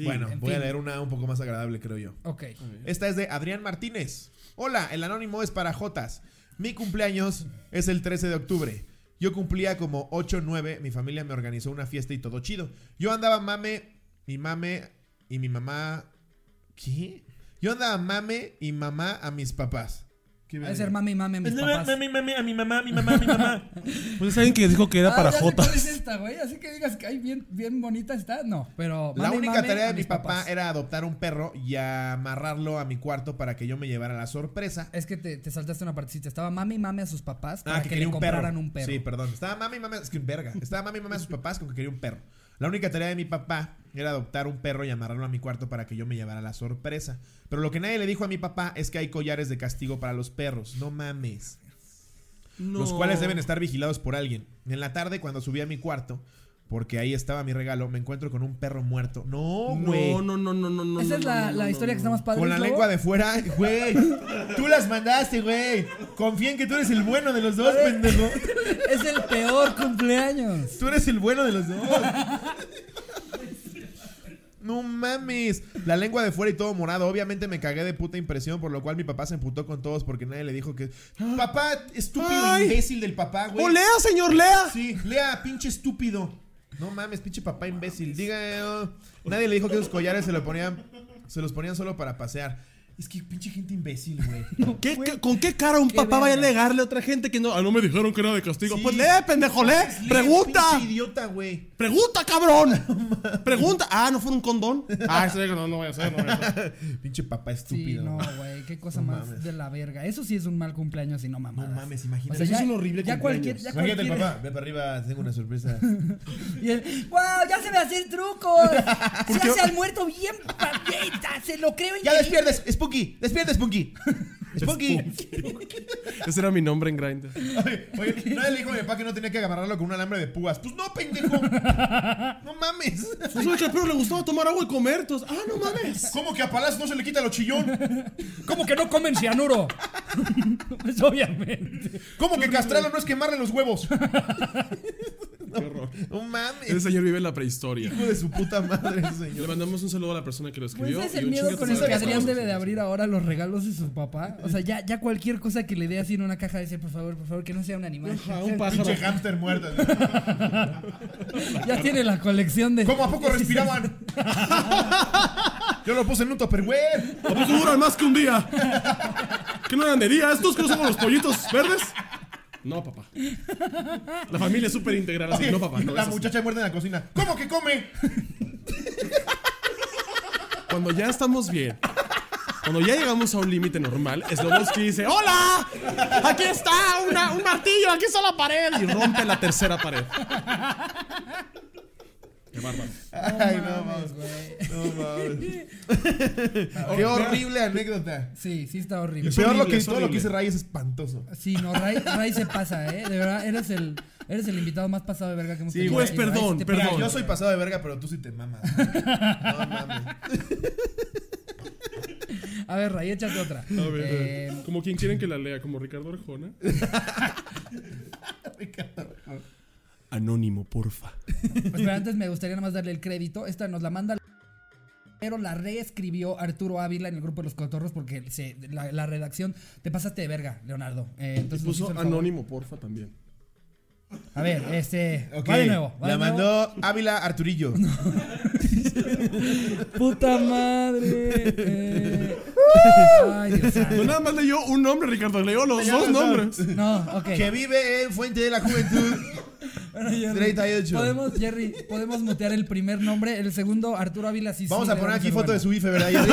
A: bueno,
B: en
A: voy a
B: fin.
A: leer una un poco más agradable, creo yo.
B: Ok.
A: Esta es de Adrián Martínez. Hola, el anónimo es para Jotas. Mi cumpleaños es el 13 de octubre. Yo cumplía como 8 o 9, mi familia me organizó una fiesta y todo chido. Yo andaba mame, mi mame y mi mamá... ¿Qué? Yo andaba mame y mamá a mis papás. ¿Qué
B: A ser mami, mami, a mis papás.
I: Mami, mami, a mi mamá, a mi mamá, a mi mamá.
C: Pues saben que dijo que
B: Ah,
C: era para
B: ya sé cuál es
C: Jotas.
B: esta, güey? Así que digas que ay, bien, bien bonita está. No, pero.
A: La
B: mami,
A: única
B: mami,
A: tarea
B: a
A: de mi
B: mis
A: papá
B: papás.
A: era adoptar un perro y amarrarlo a mi cuarto para que yo me llevara la sorpresa.
B: Es que te, te saltaste una partecita. Estaba mami, mami a sus papás para
A: Ah,
B: que,
A: que,
B: le
A: quería un
B: compraran
A: perro.
B: un perro.
A: Sí, perdón. Estaba mami y mamá. Es que verga. Estaba mami y mamá de sus papás con que quería un perro. La única tarea de mi papá era adoptar un perro y amarrarlo a mi cuarto para que yo me llevara la sorpresa. Pero lo que nadie le dijo a mi papá es que hay collares de castigo para los perros. No mames. Los cuales deben estar vigilados por alguien. En la tarde, cuando subí a mi cuarto, porque ahí estaba mi regalo, me encuentro con un perro muerto. No, güey.
C: No, no, no, no, no, no.
B: Esa
C: no,
B: es
C: no,
B: la,
C: no,
B: la
C: no,
B: historia que está más padre.
A: Con la
B: ¿no?
A: lengua de fuera, güey. Tú las mandaste, güey. Confía en que tú eres el bueno de los dos, pendejo.
B: Es el peor cumpleaños.
A: Tú eres el bueno de los dos.
D: No mames. La lengua de fuera y todo morado. Obviamente me cagué de puta impresión, por lo cual mi papá se emputó con todos porque nadie le dijo que. Papá, estúpido
C: Ay.
D: imbécil del papá, güey.
C: ¡Oh, lea, señor, lea!
D: Sí, lea, pinche estúpido. No mames, pinche papá imbécil. Diga, eh, nadie le dijo que esos collares se los ponían, se los ponían solo para pasear. Es que pinche gente imbécil, güey.
C: ¿Qué- qué- ¿Con qué cara un papá vaya a negarle a otra gente que no, ah, no me dijeron que era de castigo? Pues lee, pendejo, lee. Pregunta.
D: Pinche idiota, güey.
C: Pregunta, cabrón. Pregunta. Ah, ¿no fue un condón? Ah, ese no, no voy a hacer, no voy a hacer.
D: Pinche papá
B: Sí,
D: estúpido.
B: no,
D: güey.
B: güey, qué cosa más de la verga. Eso sí es un mal cumpleaños y no mamadas.
D: No mames, imagínate.
B: ya,
D: Eso es
C: un horrible
B: ya cualquier, ya
D: Imagínate el
B: cualquier-
D: papá, ve para arriba, tengo una sorpresa.
B: Y el, ¡Wow! ¡Ya se me hacer trucos! ¡Se hace al muerto bien! pa- bien, ya ¡Se lo creo!
D: ¡Ya
B: increíble.
D: despiertes, Spooky! ¡Despiertes, Spooky! ¡Spooky!
C: Ese era mi nombre en Grindr.
D: Oye, oye, nadie le dijo a mi papá que no tenía que agarrarlo con un alambre de púas. Pues no, pendejo. No mames.
C: Pues oye, que al perro le gustaba tomar agua y comer. Entonces, ah, no mames.
D: ¿Cómo que a Palazzo no se le quita lo chillón?
B: ¿Cómo que no comen cianuro? pues obviamente.
D: ¿Cómo que castrarlo no es quemarle los huevos?
C: Qué horror.
D: No
C: Ese
D: mames.
C: señor vive en la prehistoria.
D: Hijo de su puta madre, ese
C: Le
D: señor.
C: mandamos un saludo a la persona que lo escribió.
B: Pues ese es
C: y
B: el
C: un
B: miedo
C: chinga
B: con
C: tu
B: el
C: madre.
B: que Adrián debe de abrir ahora los regalos de su papá. O sea, ya, ya cualquier cosa que le dé así en una caja de ese, por favor, por favor, que no sea un animal.
C: Ah, un pájaro.
D: Pinche hámster muerto.
B: ya tiene la colección de.
D: ¿Cómo a poco respiraban? Yo lo puse en un topperware.
C: ¿A poco Pues duran más que un día? ¿Que no eran de día estos? ¿Que no somos los pollitos verdes? No, papá. La familia es súper integral así. No, papá. No,
D: la
C: es así.
D: muchacha muerta en la cocina. ¿Cómo que come?
C: Cuando ya estamos bien, cuando ya llegamos a un límite normal, Slobodsky dice: ¡Hola! ¡Aquí está! Una, ¡Un martillo! ¡Aquí está la pared! Y rompe la tercera pared. Qué bárbaro.
D: Ay, no mames. No mames.
C: Oh,
D: Qué horrible anécdota.
B: Sí, sí está horrible.
C: Es
D: Peor lo
C: horrible,
D: que
C: es
D: todo lo que
C: horrible.
D: hice Ray es espantoso.
B: Sí, no, Ray, Ray se pasa, ¿eh? De verdad, eres el, eres el invitado más pasado de verga que hemos
D: Sí,
B: tenido.
D: pues,
B: aquí, Ray,
C: perdón,
B: se te
C: perdón.
B: pasa.
D: Yo soy pasado de verga, pero tú sí te mamas. No mames.
B: A ver, Ray, échate otra.
C: A ver, a
B: Eh,
C: ver. Como quien quieren que la lea, como Ricardo Arjona. Anónimo, porfa.
B: pues, pero antes me gustaría nada más darle el crédito. Esta nos la manda. Pero la reescribió Arturo Ávila en el grupo de los cotorros porque se- la, la redacción. Te pasaste de verga, Leonardo. Eh,
C: Y
B: entonces nos
C: puso
B: hizo el favor.
C: anónimo, porfa también.
B: A ver, este.
D: Ok.
B: Va de nuevo. va
D: La
B: de nuevo.
D: mandó Ávila Arturillo.
B: Puta madre. eh. Ay, Dios
C: No,
B: santo.
C: nada más leyó un nombre, Ricardo. Leyó los dos nombres.
B: No, ok.
D: Que vive en Fuente de la Juventud.
B: Bueno, Jerry,
D: 38.
B: Podemos, Jerry, podemos mutear el primer nombre, el segundo, Arturo Ávila. Sí,
D: Vamos
B: sí,
D: a
B: le
D: poner
B: vamos
D: aquí
B: a
D: foto
B: dar
D: de su IFE, ¿verdad? Jerry?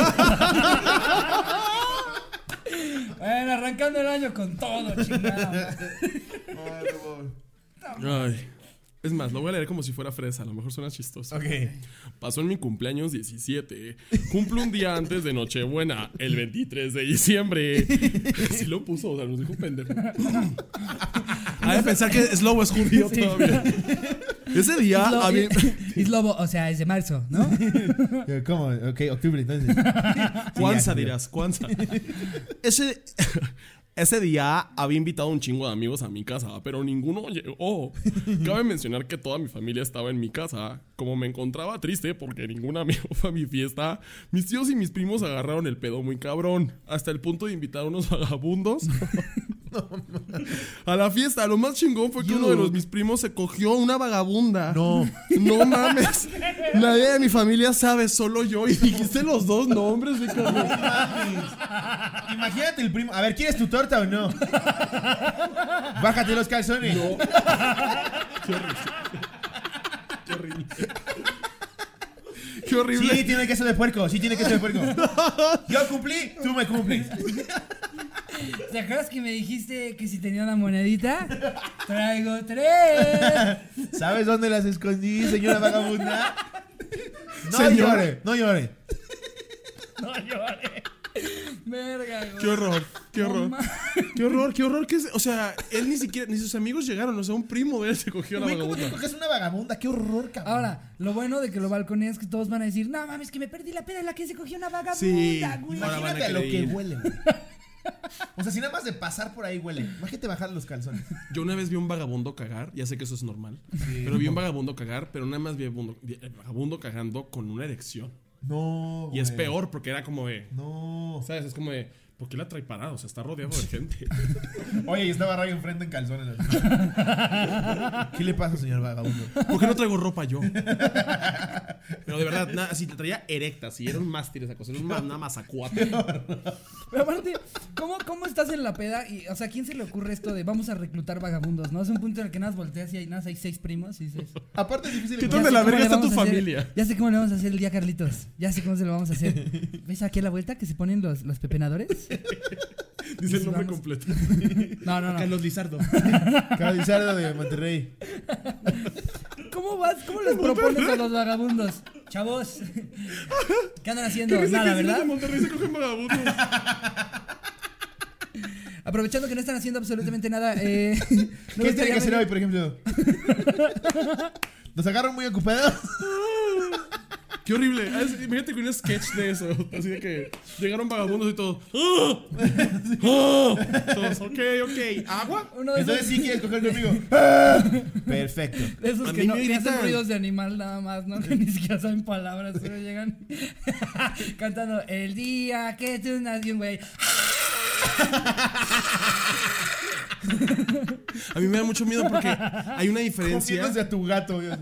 B: bueno. Bueno, arrancando el año con todo, chingada.
C: Ay. Es más, lo voy a leer como si fuera fresa. A lo mejor suena chistoso. Pasó en mi cumpleaños 17. Cumplo un día antes de Nochebuena, el 23 de diciembre. Así lo puso, o sea, nos dijo pendejo. Hay que pensar que Slow es judío todavía. Ese día
D: Ah,
B: Islo-
C: había.
B: Is- Islobo, o sea, es de marzo, ¿no?
D: Ok. ¿Cómo? Ok, octubre entonces.
C: Cuanza dirás, Cuanza. Ese. Ese día había invitado un chingo de amigos a mi casa, pero ninguno llegó. Cabe mencionar que toda mi familia estaba en mi casa. Como me encontraba triste porque ningún amigo fue a mi fiesta, mis tíos y mis primos agarraron el pedo muy cabrón, hasta el punto de invitar a unos vagabundos a la fiesta. Lo más chingón fue que uno de los, mis primos se cogió una vagabunda. No. No mames. Nadie de mi familia sabe, solo yo. Y dijiste los dos nombres, Ricardo.
D: Imagínate el primo. A ver, ¿quieres tu torta o no? Bájate los calzones.
C: Qué horrible. Qué horrible.
D: Sí, tiene queso de puerco. Sí, tiene queso de puerco. Yo cumplí, tú me cumples.
B: ¿Te acuerdas que me dijiste que si tenía una monedita? Traigo tres.
D: ¿Sabes dónde las escondí, señora vagabunda? No
C: Señor.
D: llore, no llore.
B: Verga, güey.
C: Qué horror. Qué
B: No
C: horror.
B: mames.
C: Qué horror, qué horror que es. O sea, él ni siquiera, ni sus amigos llegaron. O sea, un primo de él se cogió la
D: Güey, ¿cómo te
C: vagabunda.
D: coges una vagabunda? Qué horror, cabrón.
B: Ahora, lo bueno de que lo balconeas es que todos van a decir, no mames, que me perdí la peda en la que se cogió una vagabunda,
C: Sí.
B: güey.
C: Ahora van a
D: Imagínate a, lo que
C: creer.
D: huele, güey. O sea, si nada más de pasar por ahí huele. Imagínate bajar los calzones.
C: Yo una vez vi un vagabundo cagar, ya sé que eso es normal, pero vi un vagabundo cagar, pero nada más vi vagabundo, vi- eh, vagabundo cagando con una erección.
D: No,
C: Y es
D: güey.
C: peor porque era como de,
D: No.
C: ¿sabes? Es como de, ¿por qué la trae parado? O sea, está rodeado de gente.
D: Oye, y estaba Rayo enfrente en calzones. ¿Qué le pasa, señor vagabundo?
C: ¿Por qué no traigo ropa yo? Pero de verdad, nada, así te traía erecta, si era un mástil esa cosa, era una, una mazacuate.
B: Pero aparte, ¿cómo, ¿cómo estás en la peda? Y, o sea, ¿a quién se le ocurre esto de vamos a reclutar vagabundos? ¿No? Es un punto en el que nada más volteas y hay, nada más hay seis primos y dices.
D: Aparte es difícil.
C: ¿Qué
B: ya
C: tal de
B: sé
C: la
B: cómo
C: verga
B: le
C: está
B: vamos
C: tu
B: a hacer-
C: familia?
B: Ya sé cómo le vamos a hacer el día, Carlitos. Ya sé cómo se lo vamos a hacer. ¿Ves aquí a la vuelta que se ponen los, los pepenadores?
C: Dice el nombre
B: Vamos.
C: completo. Ah.
B: No, no, no.
E: Carlos Lizardo.
D: Carlizardo de Monterrey.
B: ¿Cómo vas? ¿Cómo les propones a los vagabundos? Chavos, ¿qué andan haciendo?
C: Dice
B: Nada,
C: que si eres
B: ¿verdad?
C: de Monterrey se cogen vagabundos.
B: Aprovechando que no están haciendo absolutamente nada, eh, no
D: ¿Qué
B: gustaría
D: tiene que hacer
B: ver-
D: hoy, por ejemplo? Nos agarran muy ocupados.
C: Qué horrible. Ah, es- Imagínate que un sketch de eso. Así de que llegaron vagabundos y todos. ¡Ah! ¡Ah! Todos, ok, ok. ¿Agua?
B: Uno de esos,
D: Entonces sí quieres coger conmigo. Perfecto.
B: de esos
C: a
B: que,
C: mí
B: no,
C: me
B: que hacen
C: gritan.
B: ruidos de animal nada más, ¿no? Que ni siquiera saben palabras, pero llegan cantando el día que tú nací, güey.
C: A mí me da mucho miedo porque hay una diferencia.
D: Comiéndose a tu gato. Dios.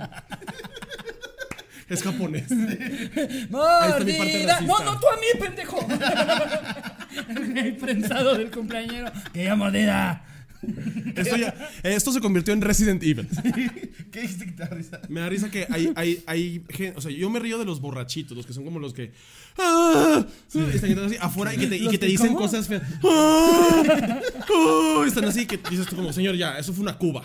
C: Es japonés. está mi parte
B: Mordida.
C: racista.
B: No, no, tú a mí, pendejo. El prensado del cumpleañero. Que ya mordida.
C: Esto, ya, esto se convirtió en Resident Evil.
D: ¿Qué dijiste que te da risa?
C: Me da risa que hay, hay, hay gen- O sea, yo me río de los borrachitos, los que son como los que. ¡Ah! Están gritando así afuera y que te, y
B: ¿Los
C: que te
B: que
C: dicen
B: cómo?
C: cosas feas. ¡Ah! ¡Ah! Están así que dices tú como, señor, ya, eso fue una cuba.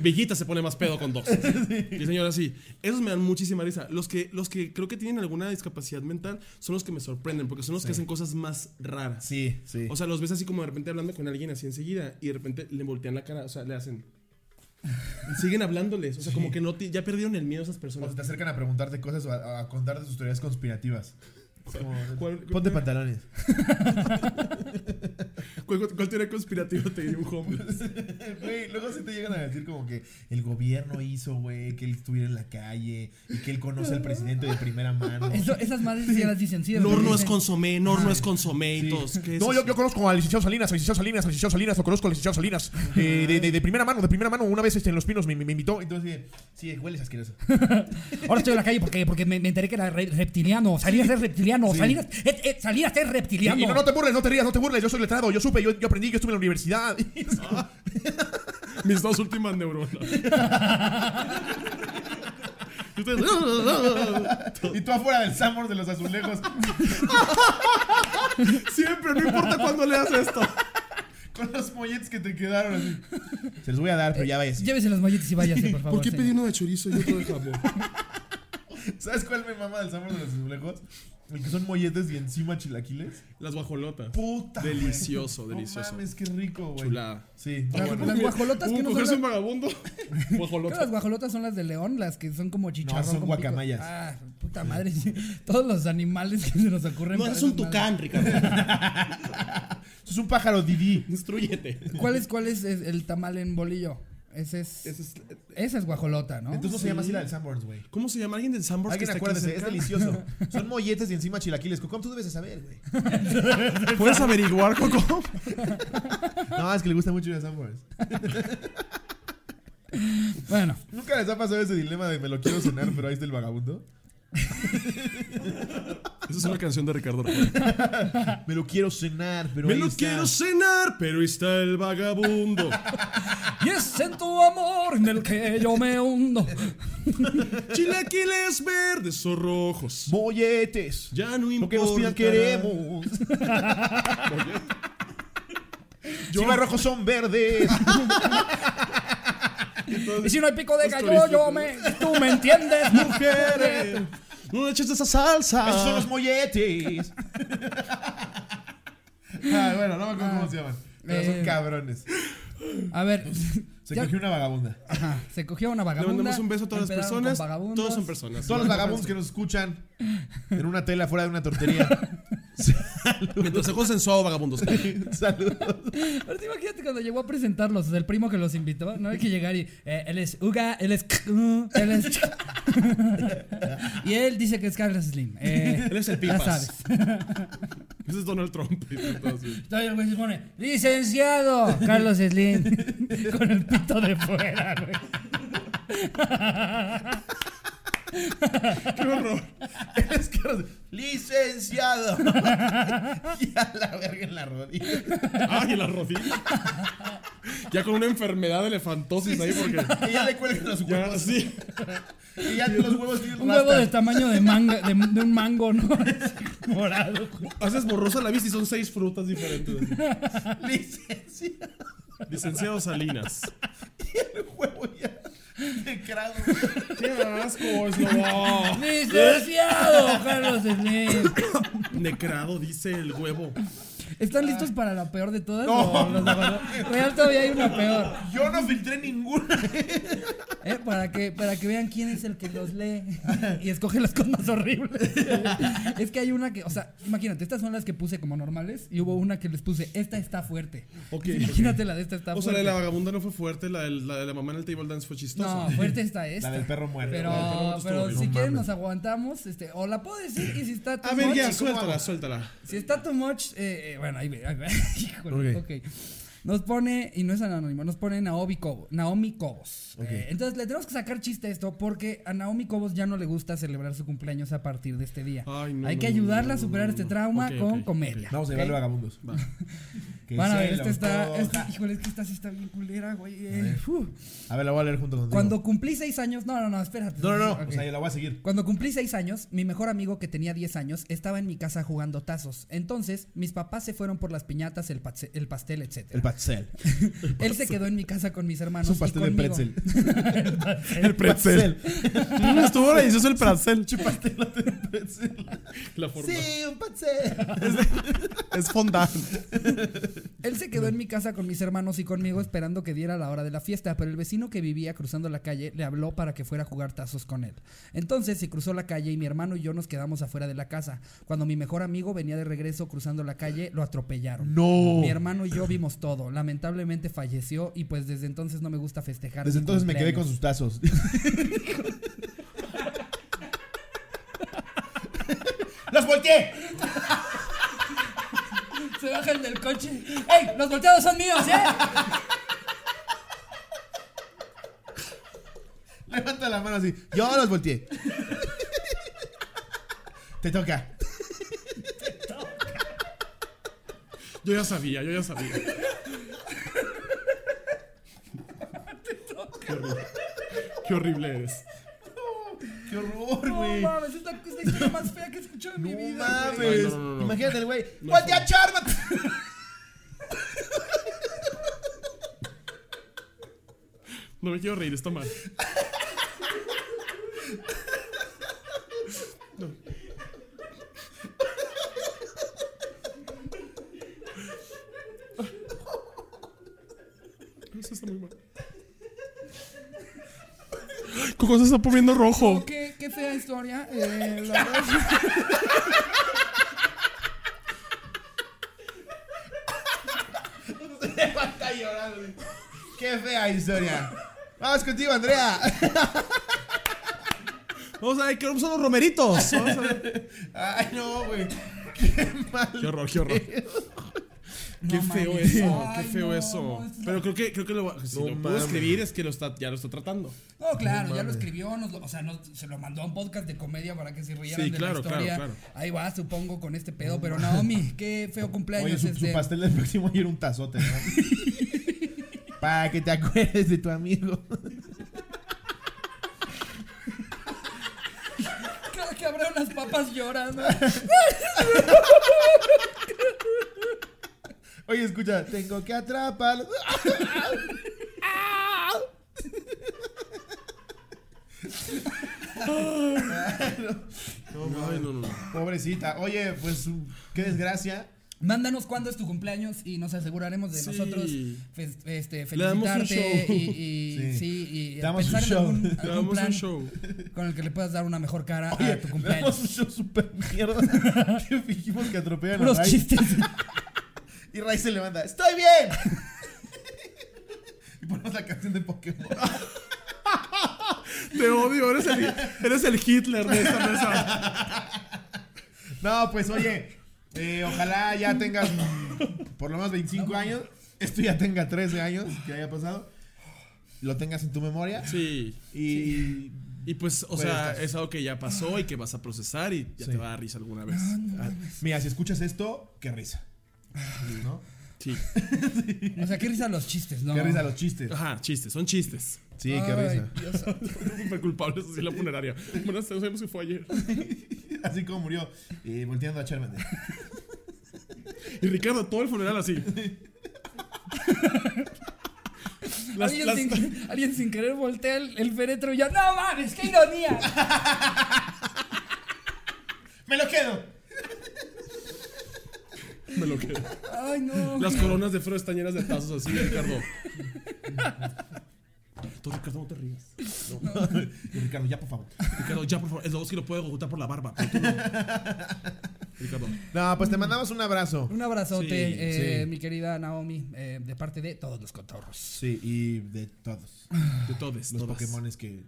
C: Villita se pone más pedo con dos. Y el señor así. Esos me dan muchísima risa. Los que, los que creo que tienen alguna discapacidad mental son los que me sorprenden, porque son los que hacen cosas más raras.
D: Sí, sí.
C: O sea, los ves así como de repente hablando con alguien así enseguida y de repente le voltean la cara, o sea, le hacen. Siguen hablándoles, o sea, como que no ti- ya perdieron el miedo esas
D: O se
C: personas.
D: te acercan a preguntarte cosas o a, a contarte sus teorías conspirativas. Es como,
C: ¿Cuál-
D: Ponte pantalones.
C: ¿Cuál, cuál teoría conspirativa te dio un homeless?
D: Güey, luego sí te llegan a decir como que el gobierno hizo, güey, que él estuviera en la calle y que él conoce al presidente de primera mano.
B: Eso- esas madres sí las dicen, sí.
C: Nor no es
B: dicen.
C: consomé, Nor no es consomé y todos. ¿qué es
J: No, yo,
C: eso?
J: yo conozco al licenciado Salinas, al licenciado Salinas, al licenciado Salinas, lo conozco al licenciado Salinas. Eh, de, de- de primera mano, de primera mano, una vez este, en Los Pinos me, me- me invitó.
D: Entonces, sí, hueles asqueroso.
B: Ahora estoy en la calle porque, porque me, me enteré que era re- reptiliano. Salinas es reptiliano. Salinas, eh, eh, Salinas es
J: Y,
B: reptiliano.
J: y no, no te burles, no te rías, no te burles, yo soy letrado, yo supe, yo, yo aprendí, yo estuve en la universidad.
C: Mis dos últimas neuronas. Y ustedes-
D: Y tú afuera del Samur de los azulejos
C: Siempre, no importa cuándo leas esto.
D: con los molletes que te quedaron así. Se los voy a dar, pero ya vayas.
B: Llévese los molletes y váyase, por favor.
C: ¿Por qué
B: sí.
C: pedí uno de chorizo y otro de jamón?
D: ¿Sabes cuál me mama del Samur de los azulejos? El que son molletes y encima chilaquiles.
C: Las guajolotas.
D: Puta. güey.
C: Delicioso,
D: No
C: delicioso.
D: mames, qué rico, güey.
C: Chulada.
D: Sí.
B: Las- Las guajolotas
C: Uh,
B: que no son
C: cogerse
B: las-
C: un vagabundo.
B: Creo
C: Guajolota.
B: que las guajolotas son las de león, las que son como chicharrón.
D: son
B: con
D: guacamayas.
B: pico. Ah, puta madre. sí. Todos los animales que se nos ocurren.
E: No,
B: para
E: es un
B: esas madres.
E: tucán, Ricardo.
D: Eso es un pájaro Didi.
C: Instruyete.
B: ¿Cuál es, cuál es, es el tamal en bolillo? Ese es,
C: Ese es- eh,
B: esa es guajolota, ¿no?
D: Entonces no se llama así la del Sanborns, güey.
C: ¿Cómo se llama alguien del Sanborns que
D: Alguien
C: está aquí
D: acuérdese, es
C: cerca?
D: delicioso. Son molletes y encima chilaquiles. Cocom, tú debes de saber, güey.
C: ¿Puedes averiguar, Coco?
D: No, es que le gusta mucho ir a Sanborns.
B: Bueno,
D: ¿Nunca les ha pasado ese dilema de me lo quiero cenar, pero ahí está el vagabundo?
C: Esa es una canción de Ricardo
D: Me lo quiero cenar, pero
C: Me
D: ahí
C: lo
D: está.
C: quiero cenar, pero está el vagabundo.
B: y es en tu amor en el que yo me hundo.
C: Chilaquiles verdes o rojos.
D: Molletes.
C: Ya no
D: Lo que
C: importa.
D: nos pidan queremos. Si no hay rojos son verdes.
B: Y si no hay pico de
C: Los
B: gallo,
C: chorizos,
B: yo
C: ¿no?
B: me. Tú me entiendes, mujeres.
C: Mujeres, no le eches esa salsa.
D: Esos son los molletes. Ah, bueno, no me acuerdo cómo se llaman. Pero
B: Eh.
D: son cabrones.
B: A ver.
D: Se
B: ya-
D: cogió una vagabunda.
B: ajá, se cogió una
C: Le
B: vagabunda.
C: mandamos un beso a todas las
B: empezaron con
C: personas.
B: vagabundos.
C: Todos son personas.
D: Todos los vagabundos que nos escuchan en una tela fuera de una tortería.
C: Mientras se consensuado, vagabundos.
D: Saludos.
B: Ahorita imagínate cuando llegó a presentarlos, o sea, el primo que los invitó, no hay que llegar y eh, él es Uga, él es uh, él es y él dice que es Carlos Slim. eh,
C: Él es el
B: ya
C: Pipas.
B: sabes.
C: Ese es Donald Trump. Entonces,
B: Entonces el güey se pone, licenciado Carlos Slim, con el pito de fuera, güey.
D: Qué horror. Eres Carlos. Licenciado. y a la verga en la rodilla.
C: ¡Ay, en Ah, la rodilla! Ya con una enfermedad de elefantosis ahí porque...
D: Y ya le cuelgan los
C: Ya,
D: huevos.
C: sí.
D: Y ya los huevos tienen
B: Un huevo
D: rastas.
B: del tamaño de manga, de, de un mango, ¿no? Así, Morado.
C: Haces borrosa la vista y son seis frutas diferentes.
D: Licenciado.
C: Licenciado Salinas.
D: El huevo ya. De crado.
C: ¡Qué asco, Slobo!
B: ¡Licenciado Carlos Slim!
C: Necrado, dice el huevo.
D: Ah.
B: ¿Están listos para la peor de todas? No. Real todavía hay una peor.
D: Yo no filtré ninguna.
B: ¿eh? Para, que, para que vean quién es el que los lee y escoge las cosas horribles. es que hay una que, o sea, imagínate, estas son las que puse como normales y hubo una que les puse, esta está fuerte.
C: Ok,
B: imagínate la de esta está
C: O sea, la
B: fuerte.
C: de la vagabunda no fue fuerte, la de la, de la mamá en el table dance fue chistosa.
B: no, fuerte está esta.
D: La del perro muerto.
B: Pero,
D: La del perro muerto estuvo
B: pero
D: horrible.
B: si
D: No
B: quieren
D: mames.
B: nos aguantamos, este, o la puedo decir y si está too
C: A ver,
B: much-
C: ya,
B: ¿cómo
C: suéltala,
B: hago?
C: suéltala.
B: Si está too much, eh, eh, bueno, ahí ve, ahí ve. Híjole, ok. Nos pone, y no es anónimo, nos pone Naomi, Cobo- Naomi Cobos. Eh, entonces le tenemos que sacar chiste a esto porque a Naomi Cobos ya no le gusta celebrar su cumpleaños a partir de este día.
C: Ay, no,
B: Hay
C: no,
B: que
C: no,
B: ayudarla
C: no,
B: a
C: no,
B: superar
C: no,
B: este
C: no.
B: trauma
C: Ok,
B: con
C: ok, ok.
B: comedia.
D: Vamos a
B: ¿ok?
D: llevarle vagabundos. Que
B: Van a ver,
D: se
B: este
D: lo
B: está.
D: coja.
B: este- híjole, es que esta sí está bien culera, güey. eh. Uf.
D: A ver, la voy a leer junto contigo.
B: Cuando cumplí seis años. No, no, no, espérate.
D: No, no, no.
B: Ok.
D: O sea, yo la voy a seguir.
B: Cuando cumplí 6 años, mi mejor amigo que tenía 10 años estaba en mi casa jugando tazos. Entonces, mis papás se fueron por las piñatas, el, patse- el pastel, etc.
D: El pastel.
B: Él se quedó en mi casa con mis hermanos.
D: Es un
B: y
D: pastel de
B: conmigo.
D: pretzel.
C: El pretzel. Estuvo delicioso el pretzel. La forma.
D: Sí, un pastel.
C: Es fondant.
B: Él se quedó en mi casa con mis hermanos y conmigo esperando que diera la hora de la fiesta, pero el vecino que vivía cruzando la calle le habló para que fuera a jugar tazos con él. Entonces se cruzó la calle y mi hermano y yo nos quedamos afuera de la casa. Cuando mi mejor amigo venía de regreso cruzando la calle, lo atropellaron.
D: No.
B: Mi hermano y yo vimos todo. Lamentablemente falleció y pues desde entonces no me gusta festejar.
D: Desde
B: mi
D: entonces me quedé con
B: cumpleaños.
D: sus tazos. ¡Los volteé!
B: Se bajan del coche. ¡Ey! Los volteados son míos, ¿eh?
D: Levanta la mano así. Yo los volteé. Te toca.
C: Yo ya sabía, yo ya sabía. Qué horrible. Qué horrible eres.
D: ¡Qué horror,
B: No
D: güey!
B: mames, esta es la historia más fea que he escuchado en mi
D: No
B: vida. güey.
D: mames.
C: Ay, no, no, no.
D: Imagínate el güey. ¡Voltea, Charmat!
C: No me quiero reír, está mal. No. Eso está muy mal. Coco se está poniendo rojo.
B: Qué, qué fea historia. eh, la verdad.
D: Levanta llorando. ¡Qué fea historia! Vamos contigo, Andrea.
C: Vamos a ver, ¿qué son los romeritos? Vamos a ver.
D: Ay, no, güey. Qué
C: Qué
D: mal.
C: horror, qué horror. Qué
B: No
C: feo
B: mames.
C: eso,
B: Ay,
C: qué feo
B: no,
C: eso.
B: no, esto está-
C: Pero creo que, creo que lo, si
D: No
C: lo puedo
D: mames.
C: escribir es que lo está, ya lo está tratando.
B: No, claro, ya lo escribió, nos lo- o sea, nos- se lo mandó a un podcast de comedia para que se rieran
C: Sí,
B: de la
C: claro, claro,
B: historia.
C: claro.
B: Ahí va, supongo, con este pedo, pero Naomi, qué feo
D: Oye,
B: cumpleaños
D: su, su
B: este.
D: pastel del próximo año era un tazote, ¿no? Para que te acuerdes de tu amigo.
B: Cada que habrá unas papas llorando.
D: Oye, escucha, tengo que atraparlo.
C: Ay, no, no, no.
D: Pobrecita. Oye, pues qué desgracia.
B: Mándanos cuándo es tu cumpleaños y nos aseguraremos de
C: Sí.
B: nosotros fe- este,
C: Le damos un
B: felicitarte
C: show.
B: y, y-
A: Sí.
B: sí, y
A: Te damos
B: pensar
A: un
B: en
A: show.
B: algún,
C: Te
B: algún
C: damos
B: plan
C: un show.
B: con el que le puedas dar una mejor cara a Ah, tu
A: Le damos un
B: cumpleaños.
A: show super mierda. que fingimos que atropellan a
B: Unos
A: Ray.
B: chistes.
A: Y Ray se levanta. ¡Estoy bien! y ponemos la canción de Pokémon.
C: Te odio, eres el, eres el Hitler de esta mesa.
A: No, pues oye, eh, ojalá ya tengas mm, por lo menos 25 años. Esto ya tenga 13 años que haya pasado. Lo tengas en tu memoria.
C: Sí.
A: Y
C: Y pues, o
A: Pues,
C: sea,
A: estás-
C: es algo que ya pasó y que vas a procesar y ya te va a dar risa alguna vez.
A: mira, si escuchas esto, qué risa. ¿No?
C: Sí.
B: O sea, qué risa los chistes, ¿no?
A: Qué risa los chistes.
C: Ajá, chistes, son chistes.
A: Sí, qué risa.
B: Ay, Dios santo.
C: Súper culpables así en la funeraria. Bueno, no sabemos que fue ayer.
A: Así como murió, eh, volteando a Charmander.
C: Y Ricardo, todo el funeral así. Las-
B: alguien,
C: las-
B: sin, alguien sin querer voltea el, el féretro y ya, ¡no mames, qué ironía!
A: ¡Me lo quedo!
C: Me lo quedo.
B: Ay, no.
C: Las coronas de Frodo están llenas de tazos así, Ricardo. Tú, Ricardo, no te rías.
A: Y Ricardo, ya por favor.
C: Ricardo, ya por favor. El que lo puede ejecutar por la barba. pero tú no. Ricardo.
A: No, pues te mandamos un abrazo.
B: Un abrazote,
C: Sí,
B: eh,
A: sí.
B: mi querida Naomi, eh, de parte de todos los cotorros.
A: Sí, y de todos.
C: De todes,
A: Los
C: todas.
A: Pokémones que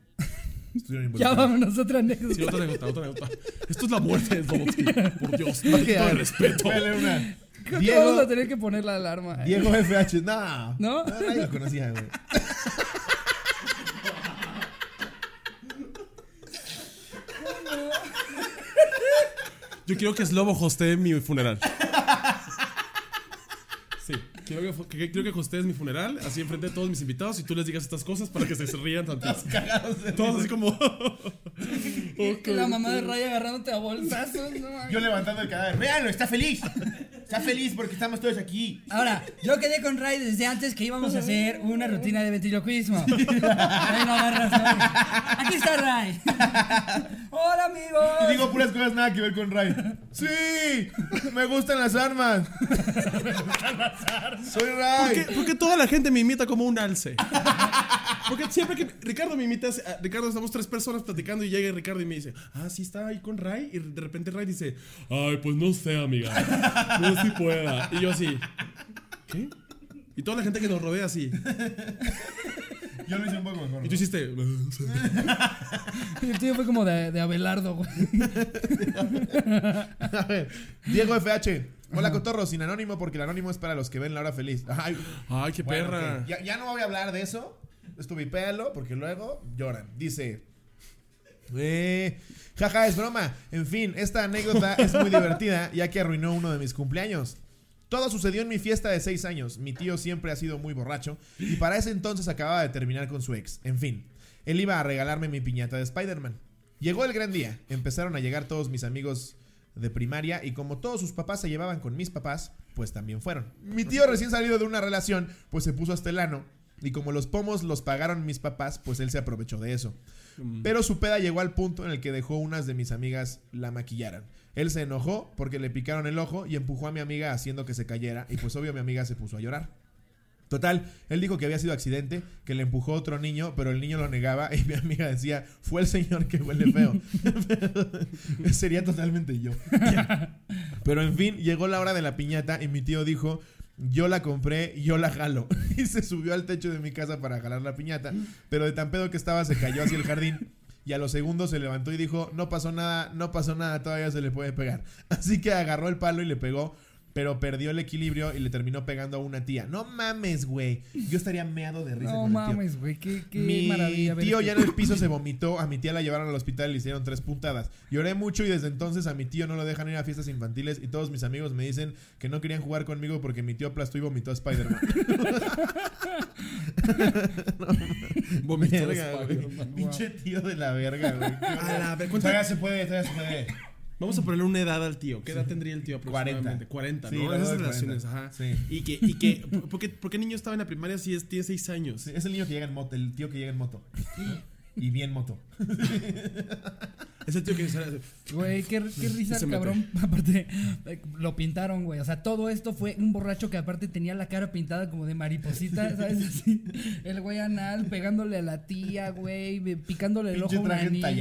B: Ya
A: estuvieron involucrados.
B: vámonos, otra anécdota.
C: Sí, otra anécdota, otra anécdota. Esto es la muerte de Slobodsky. Por Dios,
A: Ok,
C: maldito
A: a
C: de
A: ver,
C: respeto.
A: vele una.
B: Creo que
A: Diego,
B: vamos a tener que poner la alarma. eh.
A: Diego FH. No.
B: ¿No?
A: nadie lo conocía, güey.
C: Yo quiero que Slobo hostee mi funeral. Sí, quiero que, fo- que- quiero que hostees mi funeral, así enfrente de todos mis invitados, y tú les digas estas cosas para que se rían tantísimo. Todos así como. Ok.
B: La mamá de Ray agarrándote a bolsazos. no mames.
A: Yo levantando el cadáver. Véanlo, está feliz. Está feliz porque estamos todos aquí.
B: Ahora, yo quedé con Ray desde antes que íbamos a hacer una rutina de ventriloquismo. Ahí no agarras, ¿no? Aquí está Ray. Hola,
A: Y
B: amigos.
A: digo puras cosas nada que ver con Ray. ¡Sí! ¡Me gustan las armas! ¡Me gustan las armas! ¡Soy
C: ¿Por
A: Ray!
C: qué, por qué toda la gente me imita como un alce? Porque siempre que Ricardo me imita, a- Ricardo, estamos tres personas platicando y llega Ricardo y me dice, ah, sí está ahí con Ray. Y de repente Ray dice, ay, pues no sé, amiga. No sé si pueda. Y yo así, ¿qué? Y toda la gente que nos rodea así.
A: Yo lo hice un poco mejor.
C: Y tú hiciste, "No sé".
B: El tío fue como de, de Abelardo, güey.
A: A ver, Diego FH. Hola, cotorro, sin anónimo, porque el anónimo es para los que ven la hora feliz. Ay,
C: ay, qué
A: bueno,
C: perra.
A: ok. Ya, ya no voy a hablar de eso. Esto vipéalo, porque luego lloran. Dice. Eh, jaja, es broma. En fin, esta anécdota es muy divertida, ya que arruinó uno de mis cumpleaños. Todo sucedió en mi fiesta de 6 años. Mi tío siempre ha sido muy borracho y para ese entonces acababa de terminar con su ex. En fin, él iba a regalarme mi piñata de Spider-Man. Llegó el gran día. Empezaron a llegar todos mis amigos de primaria y como todos sus papás se llevaban con mis papás, pues también fueron. Mi tío recién salido de una relación, pues se puso hasta el ano y como los pomos los pagaron mis papás, pues él se aprovechó de eso. Pero su peda llegó al punto en el que dejó unas de mis amigas la maquillaran. Él se enojó porque le picaron el ojo y empujó a mi amiga haciendo que se cayera y pues obvio mi amiga se puso a llorar. Total, él dijo que había sido accidente, que le empujó otro niño, pero el niño lo negaba y mi amiga decía, fue el señor que huele feo. Sería totalmente yo. Pero en fin, llegó la hora de la piñata y mi tío dijo, yo la compré, yo la jalo. Y se subió al techo de mi casa para jalar la piñata, pero de tan pedo que estaba se cayó hacia el jardín. Y a los segundos se levantó y dijo, no pasó nada, no pasó nada, todavía se le puede pegar. Así que agarró el palo y le pegó, pero perdió el equilibrio y le terminó pegando a una tía. No mames, güey. Yo estaría meado de risa.
B: No
A: con el tío.
B: mames, güey. Qué, qué
A: Mi
B: maravilla. ver
A: tío
B: esto.
A: ya en el piso se vomitó, a mi tía la llevaron al hospital y le hicieron tres puntadas. Lloré mucho y desde entonces a mi tío no lo dejan ir a fiestas infantiles y todos mis amigos me dicen que no querían jugar conmigo porque mi tío aplastó y vomitó a Spider-Man.
C: Vomitó
A: Verga, güey.
C: Spider-Man.
A: Pinche tío de la verga, güey. Pues
C: A la ver- ¿cuánto-
A: Todavía se puede, todavía se puede.
C: Vamos a ponerle una edad al tío. ¿Qué edad tendría el tío
A: 40.
C: aproximadamente? 40,
A: Sí,
C: ¿no?
A: la edad
C: Esas
A: de 40.
C: relaciones, ajá.
A: Sí.
C: Y que, y que ¿por, qué, por qué niño estaba en la primaria si es, tiene 6 años?
A: Sí, Es el niño que llega en moto, el tío que llega en moto. Y bien moto.
C: Es el tío que sale.
B: Güey, qué, qué risa
C: Se
B: el
C: mete.
B: cabrón. Aparte, eh, lo pintaron, güey. O sea, todo esto fue un borracho que aparte tenía la cara pintada como de mariposita, ¿sabes? Así. El güey anal pegándole a la tía, güey. be- Picándole el ojo a una niña.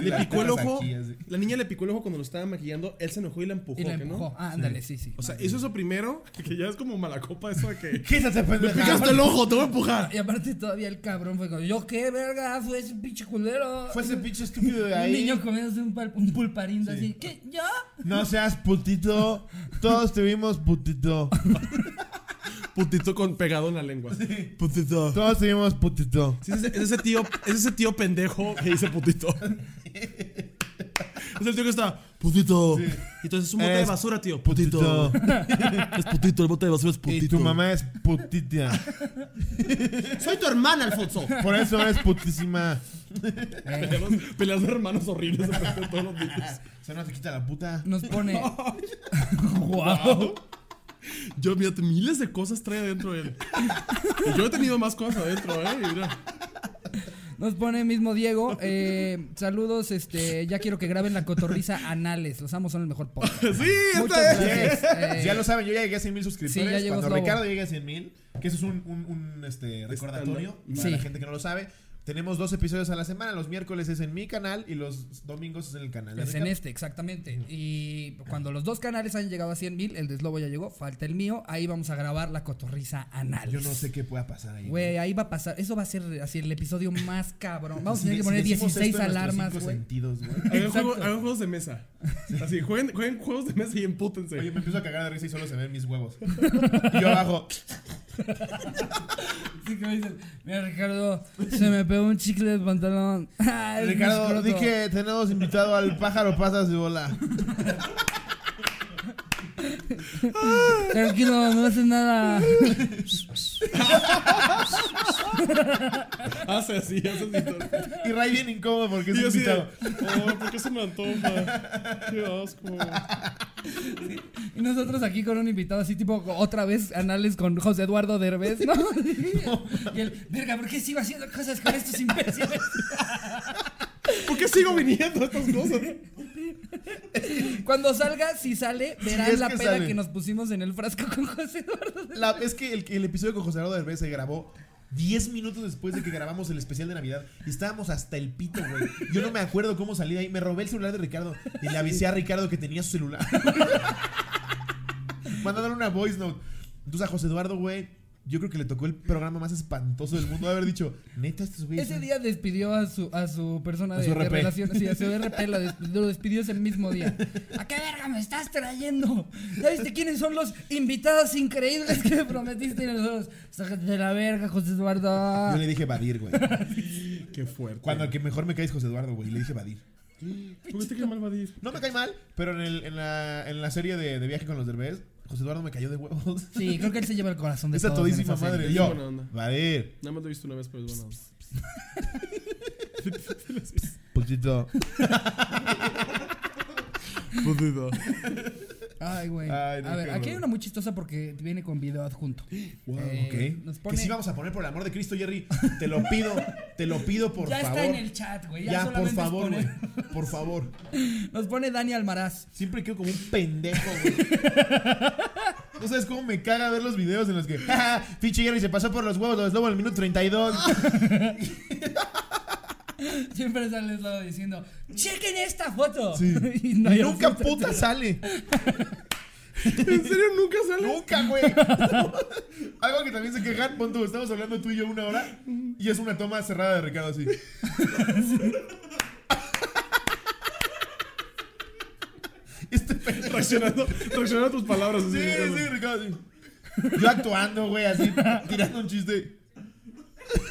C: Le picó el ojo. La niña le picó el ojo cuando lo estaba maquillando. Él se enojó y la empujó.
B: Y la
C: ¿que no?
B: empujó. Ah, ándale, sí, sí.
C: O sea, hizo eso primero, que ya es como mala copa eso de que.
A: Quítate, pendeja.
C: ¡Picaste el ojo! ¡Te voy a empujar!
B: Y aparte todavía el cabrón fue como, yo qué verga, fue ese pinche culero.
A: Fue ese pinche estúpido de
B: Un
A: ahí.
B: niño comiéndose un, pal- un pulparindo así. ¿Qué? ¿Yo?
A: No seas putito. Todos tuvimos putito.
C: Putito con pegado en la lengua.
A: Putito. Todos tuvimos putito.
C: Sí, es, ese, es ese tío, es ese tío pendejo que dice putito. Es el tío que está, putito. Y entonces es un bote
A: Es
C: de basura, tío. Putito. Es putito, el bote de basura es putito.
A: Y tu mamá es putita.
E: Soy tu hermana, Alfonso.
A: Por eso es putísima.
C: Peleas, peleas de hermanos horribles de frente a todos los niños.
A: Se no te quita la puta.
B: Nos pone. wow.
C: Yo, mira, miles de cosas trae adentro él. Y yo he tenido más cosas adentro, eh. y Mira.
B: Nos pone mismo Diego. eh, saludos, este, ya quiero que graben la cotorriza anales. Los amos son el mejor podcast.
C: Sí,
B: Muchas
C: este es.
B: gracias. eh,
A: Pues Ya lo saben, yo ya llegué a 100 mil
B: Sí, ya
A: suscriptores.
B: llegó
A: Cuando
B: Slobo.
A: Ricardo llegue a 100 mil, que eso es un, un- un, este, recordatorio para
B: Sí.
A: la gente que no lo sabe. Tenemos dos episodios a la semana. Los miércoles es en mi canal y los domingos es en el canal. de
B: Es en
A: Ricardo.
B: este, exactamente. Y cuando los dos canales han llegado a 100 mil, el de Slobo ya llegó, falta el mío. Ahí vamos a grabar la cotorriza anales.
A: Yo no sé qué pueda pasar ahí.
B: Güey, ahí va a pasar. Eso va a ser así el episodio más cabrón. Vamos a
A: Si
B: tener que
A: de-
B: poner
A: si decimos
B: 16
A: esto en nuestros
B: alarmas,
A: cinco
B: güey.
A: sentidos, güey.
C: Hagan,
B: Exacto.
C: juego- hagan juegos de mesa. Así, jueguen, jueguen juegos de mesa y empútense.
A: Oye, me empiezo a cagar de risa y solo se ven mis huevos. Y yo abajo.
B: Sí, que me dicen, mira, Ricardo, se me pegó un chicle del pantalón. Ay, es mi
A: Ricardo,
B: escroto.
A: dije, tenemos invitado al pájaro pasas de bola.
B: Tranquilo, no haces nada.
C: Hace así, hace así. todo.
A: Y Ray bien incómodo porque es
C: Y yo así de,
A: invitado.
C: "Ay, ¿por qué se me antoja? Qué asco.
B: Y nosotros aquí con un invitado así, tipo, otra vez anales con José Eduardo Derbez, ¿no? y el, verga, ¿por qué sigo haciendo cosas con estos imbéciles?
C: ¿Por qué sigo viniendo a estas cosas?
B: Cuando salga, si sale, verán
A: es
B: la
A: que
B: peda
A: sale.
B: que nos pusimos en el frasco con José Eduardo Derbez.
A: La- es que el, el episodio con José Eduardo Derbez se grabó 10 minutos después de que grabamos el especial de Navidad. Y estábamos hasta el pito, güey. Yo no me acuerdo cómo salí de ahí. Me robé el celular de Ricardo y le avisé a Ricardo que tenía su celular. Mandándole una voice note. Entonces a José Eduardo, güey, yo creo que le tocó el programa más espantoso del mundo. de Haber dicho, neta, estos güeyes.
B: Ese
A: son-
B: día despidió a su, a su persona
A: A
B: de,
A: su
B: de
A: RP.
B: relaciones, sí, a su RP lo despidió, lo despidió ese mismo día. ¿A qué verga me estás trayendo? ¿Ya viste quiénes son los invitados increíbles que me prometiste? Y nosotros, sácate de la verga, José Eduardo.
A: Yo le dije Vadir, güey.
C: Qué fuerte.
A: Cuando el que mejor me cae es José Eduardo, güey. Le dije Vadir.
C: ¿Por qué mal va a ir?
A: No me cae mal, pero en, el- en la, en la serie de, de viaje con los derbés, José Eduardo me cayó de huevos.
B: Sí, creo que él se lleva el corazón de
A: Esa
B: todos en
A: todísima
B: esa serie.
A: madre.
C: Es
A: Yo,
C: buena onda.
A: Vadir,
C: Nada más lo he visto una vez, pero es bueno.
A: putito.
C: Putito.
B: Ay, güey.
A: Ay, no,
B: a ver,
A: qué
B: aquí hay
A: horror.
B: una muy chistosa porque viene con video adjunto. Eh,
A: ok.
B: Nos pone,
A: Que sí vamos a poner por el amor de Cristo, Jerry. Te lo pido, te lo pido, por
B: ya
A: favor.
B: está en el chat, güey. Ya,
A: Ya, por
B: solamente es
A: favor, güey.
B: poner-
A: Por favor.
B: Nos pone Dani Almaraz.
A: Siempre quedo como un pendejo, güey. ¿No sabes cómo me caga ver los videos en los que... "Ja, ja, Pinche Jerry se pasó por los huevos, lo deslobo en el minuto 32.
B: Siempre sale el lado diciendo, chequen esta foto.
A: Sí.
B: y
A: Y
B: no hay
A: nunca
B: resultado.
A: puta sale.
C: ¿En serio nunca sale?
A: Nunca, güey. Algo que también se quejan, pon tú, estamos hablando tú y yo una hora y es una toma cerrada de Ricardo así. este pendejo.
C: Reaccionando, reaccionando a tus palabras. así,
A: Sí,
C: Ricardo.
A: sí, Ricardo así. Yo actuando, güey, así, tirando un chiste.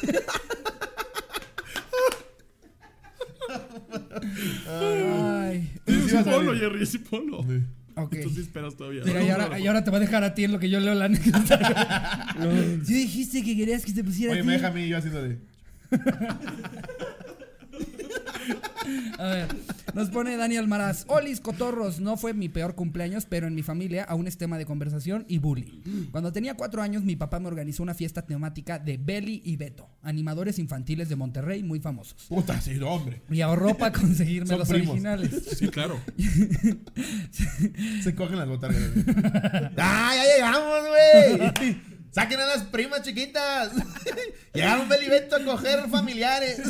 B: Ay.
C: Sí,
A: Sí,
C: sí,
A: vas a
C: ponlo,
A: ver.
C: Jerry, sí, ponlo.
B: Ok.
C: Tú sí esperas todavía.
B: Mira, y ahora, y ahora te va a dejar a ti en lo que yo leo la anécdota. Tú dijiste que querías que te pusiera
A: Oye,
B: a ti.
A: me deja a mí yo haciéndole.
B: A ver, nos pone Daniel Maraz. Olis Cotorros, no fue mi peor cumpleaños, pero en mi familia aún es tema de conversación y bullying. Cuando tenía cuatro años, mi papá me organizó una fiesta temática de Belly y Beto, animadores infantiles de Monterrey muy famosos.
A: Puta, sí, no, hombre.
B: Y ahorró para conseguirme
A: Son
B: los
A: primos.
B: originales.
C: Sí, claro.
A: Se cogen las botargas. ¡Ah, ya llegamos, güey! ¡Saquen a las primas chiquitas! Llegaron Belivento a coger familiares.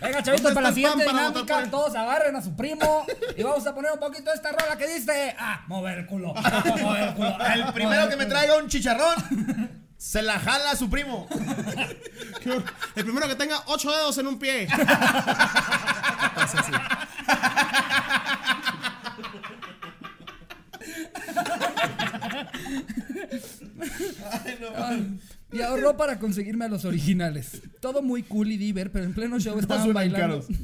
B: Venga, chavitos,
A: ¿Dónde
B: para la
A: está el
B: siguiente
A: pan para
B: dinámica,
A: votar por él?
B: todos agarren a su primo y vamos a poner un poquito de esta rola que dice: Ah, mover el culo. Mover el culo. ah,
A: El primero
B: mover
A: que me
B: el
A: traiga un chicharrón se la jala a su primo.
K: El primero que tenga ocho dedos en un pie.
B: Y ahorró para conseguirme a los originales. Todo muy cool y diver, pero en pleno show estaban
A: suenan
B: bailando.
A: caros.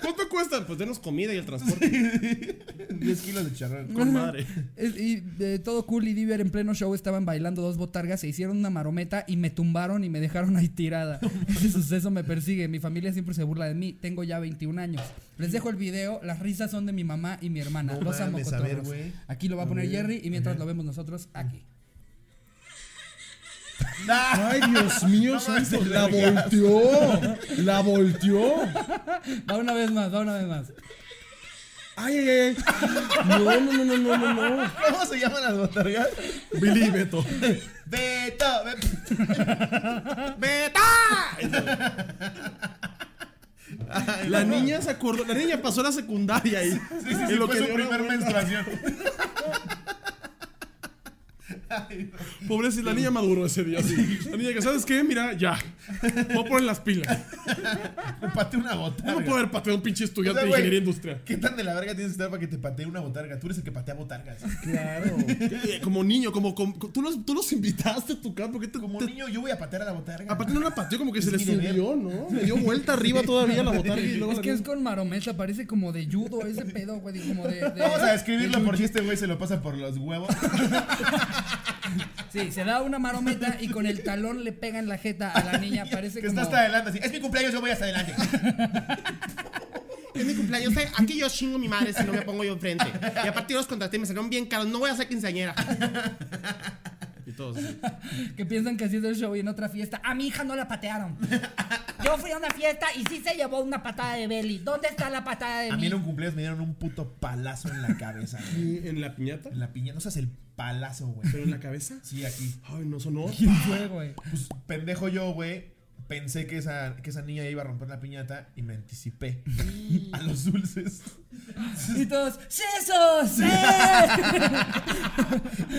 C: ¿Cuánto cuesta? Pues denos comida y el transporte.
A: 10 kilos de chicharrón.
C: Con madre.
B: Es- Y de todo cool y diver en pleno show estaban bailando dos botargas, se hicieron una marometa y me tumbaron y me dejaron ahí tirada. Ese suceso me persigue, mi familia siempre se burla de mí, tengo ya 21 años. Les dejo el video, las risas son de mi mamá y mi hermana.
A: No
B: Los amo
A: mames, a ver,
B: cotorros.
A: güey.
B: Aquí lo va a poner Jerry y mientras lo vemos nosotros aquí.
C: Ay, Dios mío, santo. La volteó. La volteó.
B: Va una vez más, va una vez más.
C: Ay, ay, ay. No, no, no, no, no, no, no.
A: ¿Cómo se llaman las botargas?
C: Billy y Beto.
A: Beto. Be-
C: La niña se acordó. La niña pasó la secundaria ahí.
A: Sí, sí, sí,
C: lo
A: fue
C: que
A: su
C: dio
A: primer menstruación.
C: Pobre si la niña maduró ese día. sí. La niña que, ¿sabes qué? Mira, ya. Voy a poner las pilas.
A: Me pateé una
C: No voy a
A: botarga.
C: poder patear a un pinche
A: O
C: estudiante
A: sea,
C: de
A: güey,
C: ingeniería industrial.
A: ¿Qué tan de la verga tienes que estar para que te patee una botarga? Tú eres el que patea botargas.
C: Claro. Eh, Como niño, como. como- tú, los, tú los invitaste a tu casa. ¿Por qué te,
A: Como
C: te-
A: niño, yo voy a patear a la botarga.
C: Aparte no la pateó, como que se le
A: mi deber.
C: subió, ¿no? Le dio vuelta arriba todavía la botarga y luego
B: Es
C: la
B: que es con marometa, parece como de judo ese pedo, güey, como de... de-
A: Vamos a escribirlo porque este güey se lo pasa por los huevos.
B: Sí, se da una marometa y con el talón le pegan la jeta a la niña. Parece
A: Que
B: como...
A: está hasta adelante. Así. Es mi cumpleaños, yo voy hasta adelante.
K: Es mi cumpleaños. eh, Aquí yo chingo a mi madre si no me pongo yo enfrente. Y aparte yo los contraté y me salieron bien caros. No voy a ser quinceañera.
C: Y todos.
B: Que piensan que haciendo el show y en otra fiesta. A mi hija no la patearon. Yo fui a una fiesta y sí se llevó una patada de Belly. ¿Dónde está la patada de
A: A mí
B: mí?
A: en un cumpleaños me dieron un puto palazo en la cabeza. güey.
C: ¿En la piñata?
A: En la piña. No seas el palazo, güey.
C: ¿Pero en la cabeza?
A: Sí, aquí.
C: Ay, no sonó.
B: ¿Quién fue, güey?
A: Pues pendejo yo, güey. Pensé que esa, que esa niña iba a romper la piñata y me anticipé a los dulces.
B: Y todos, ¡Sesos! ¡Sí!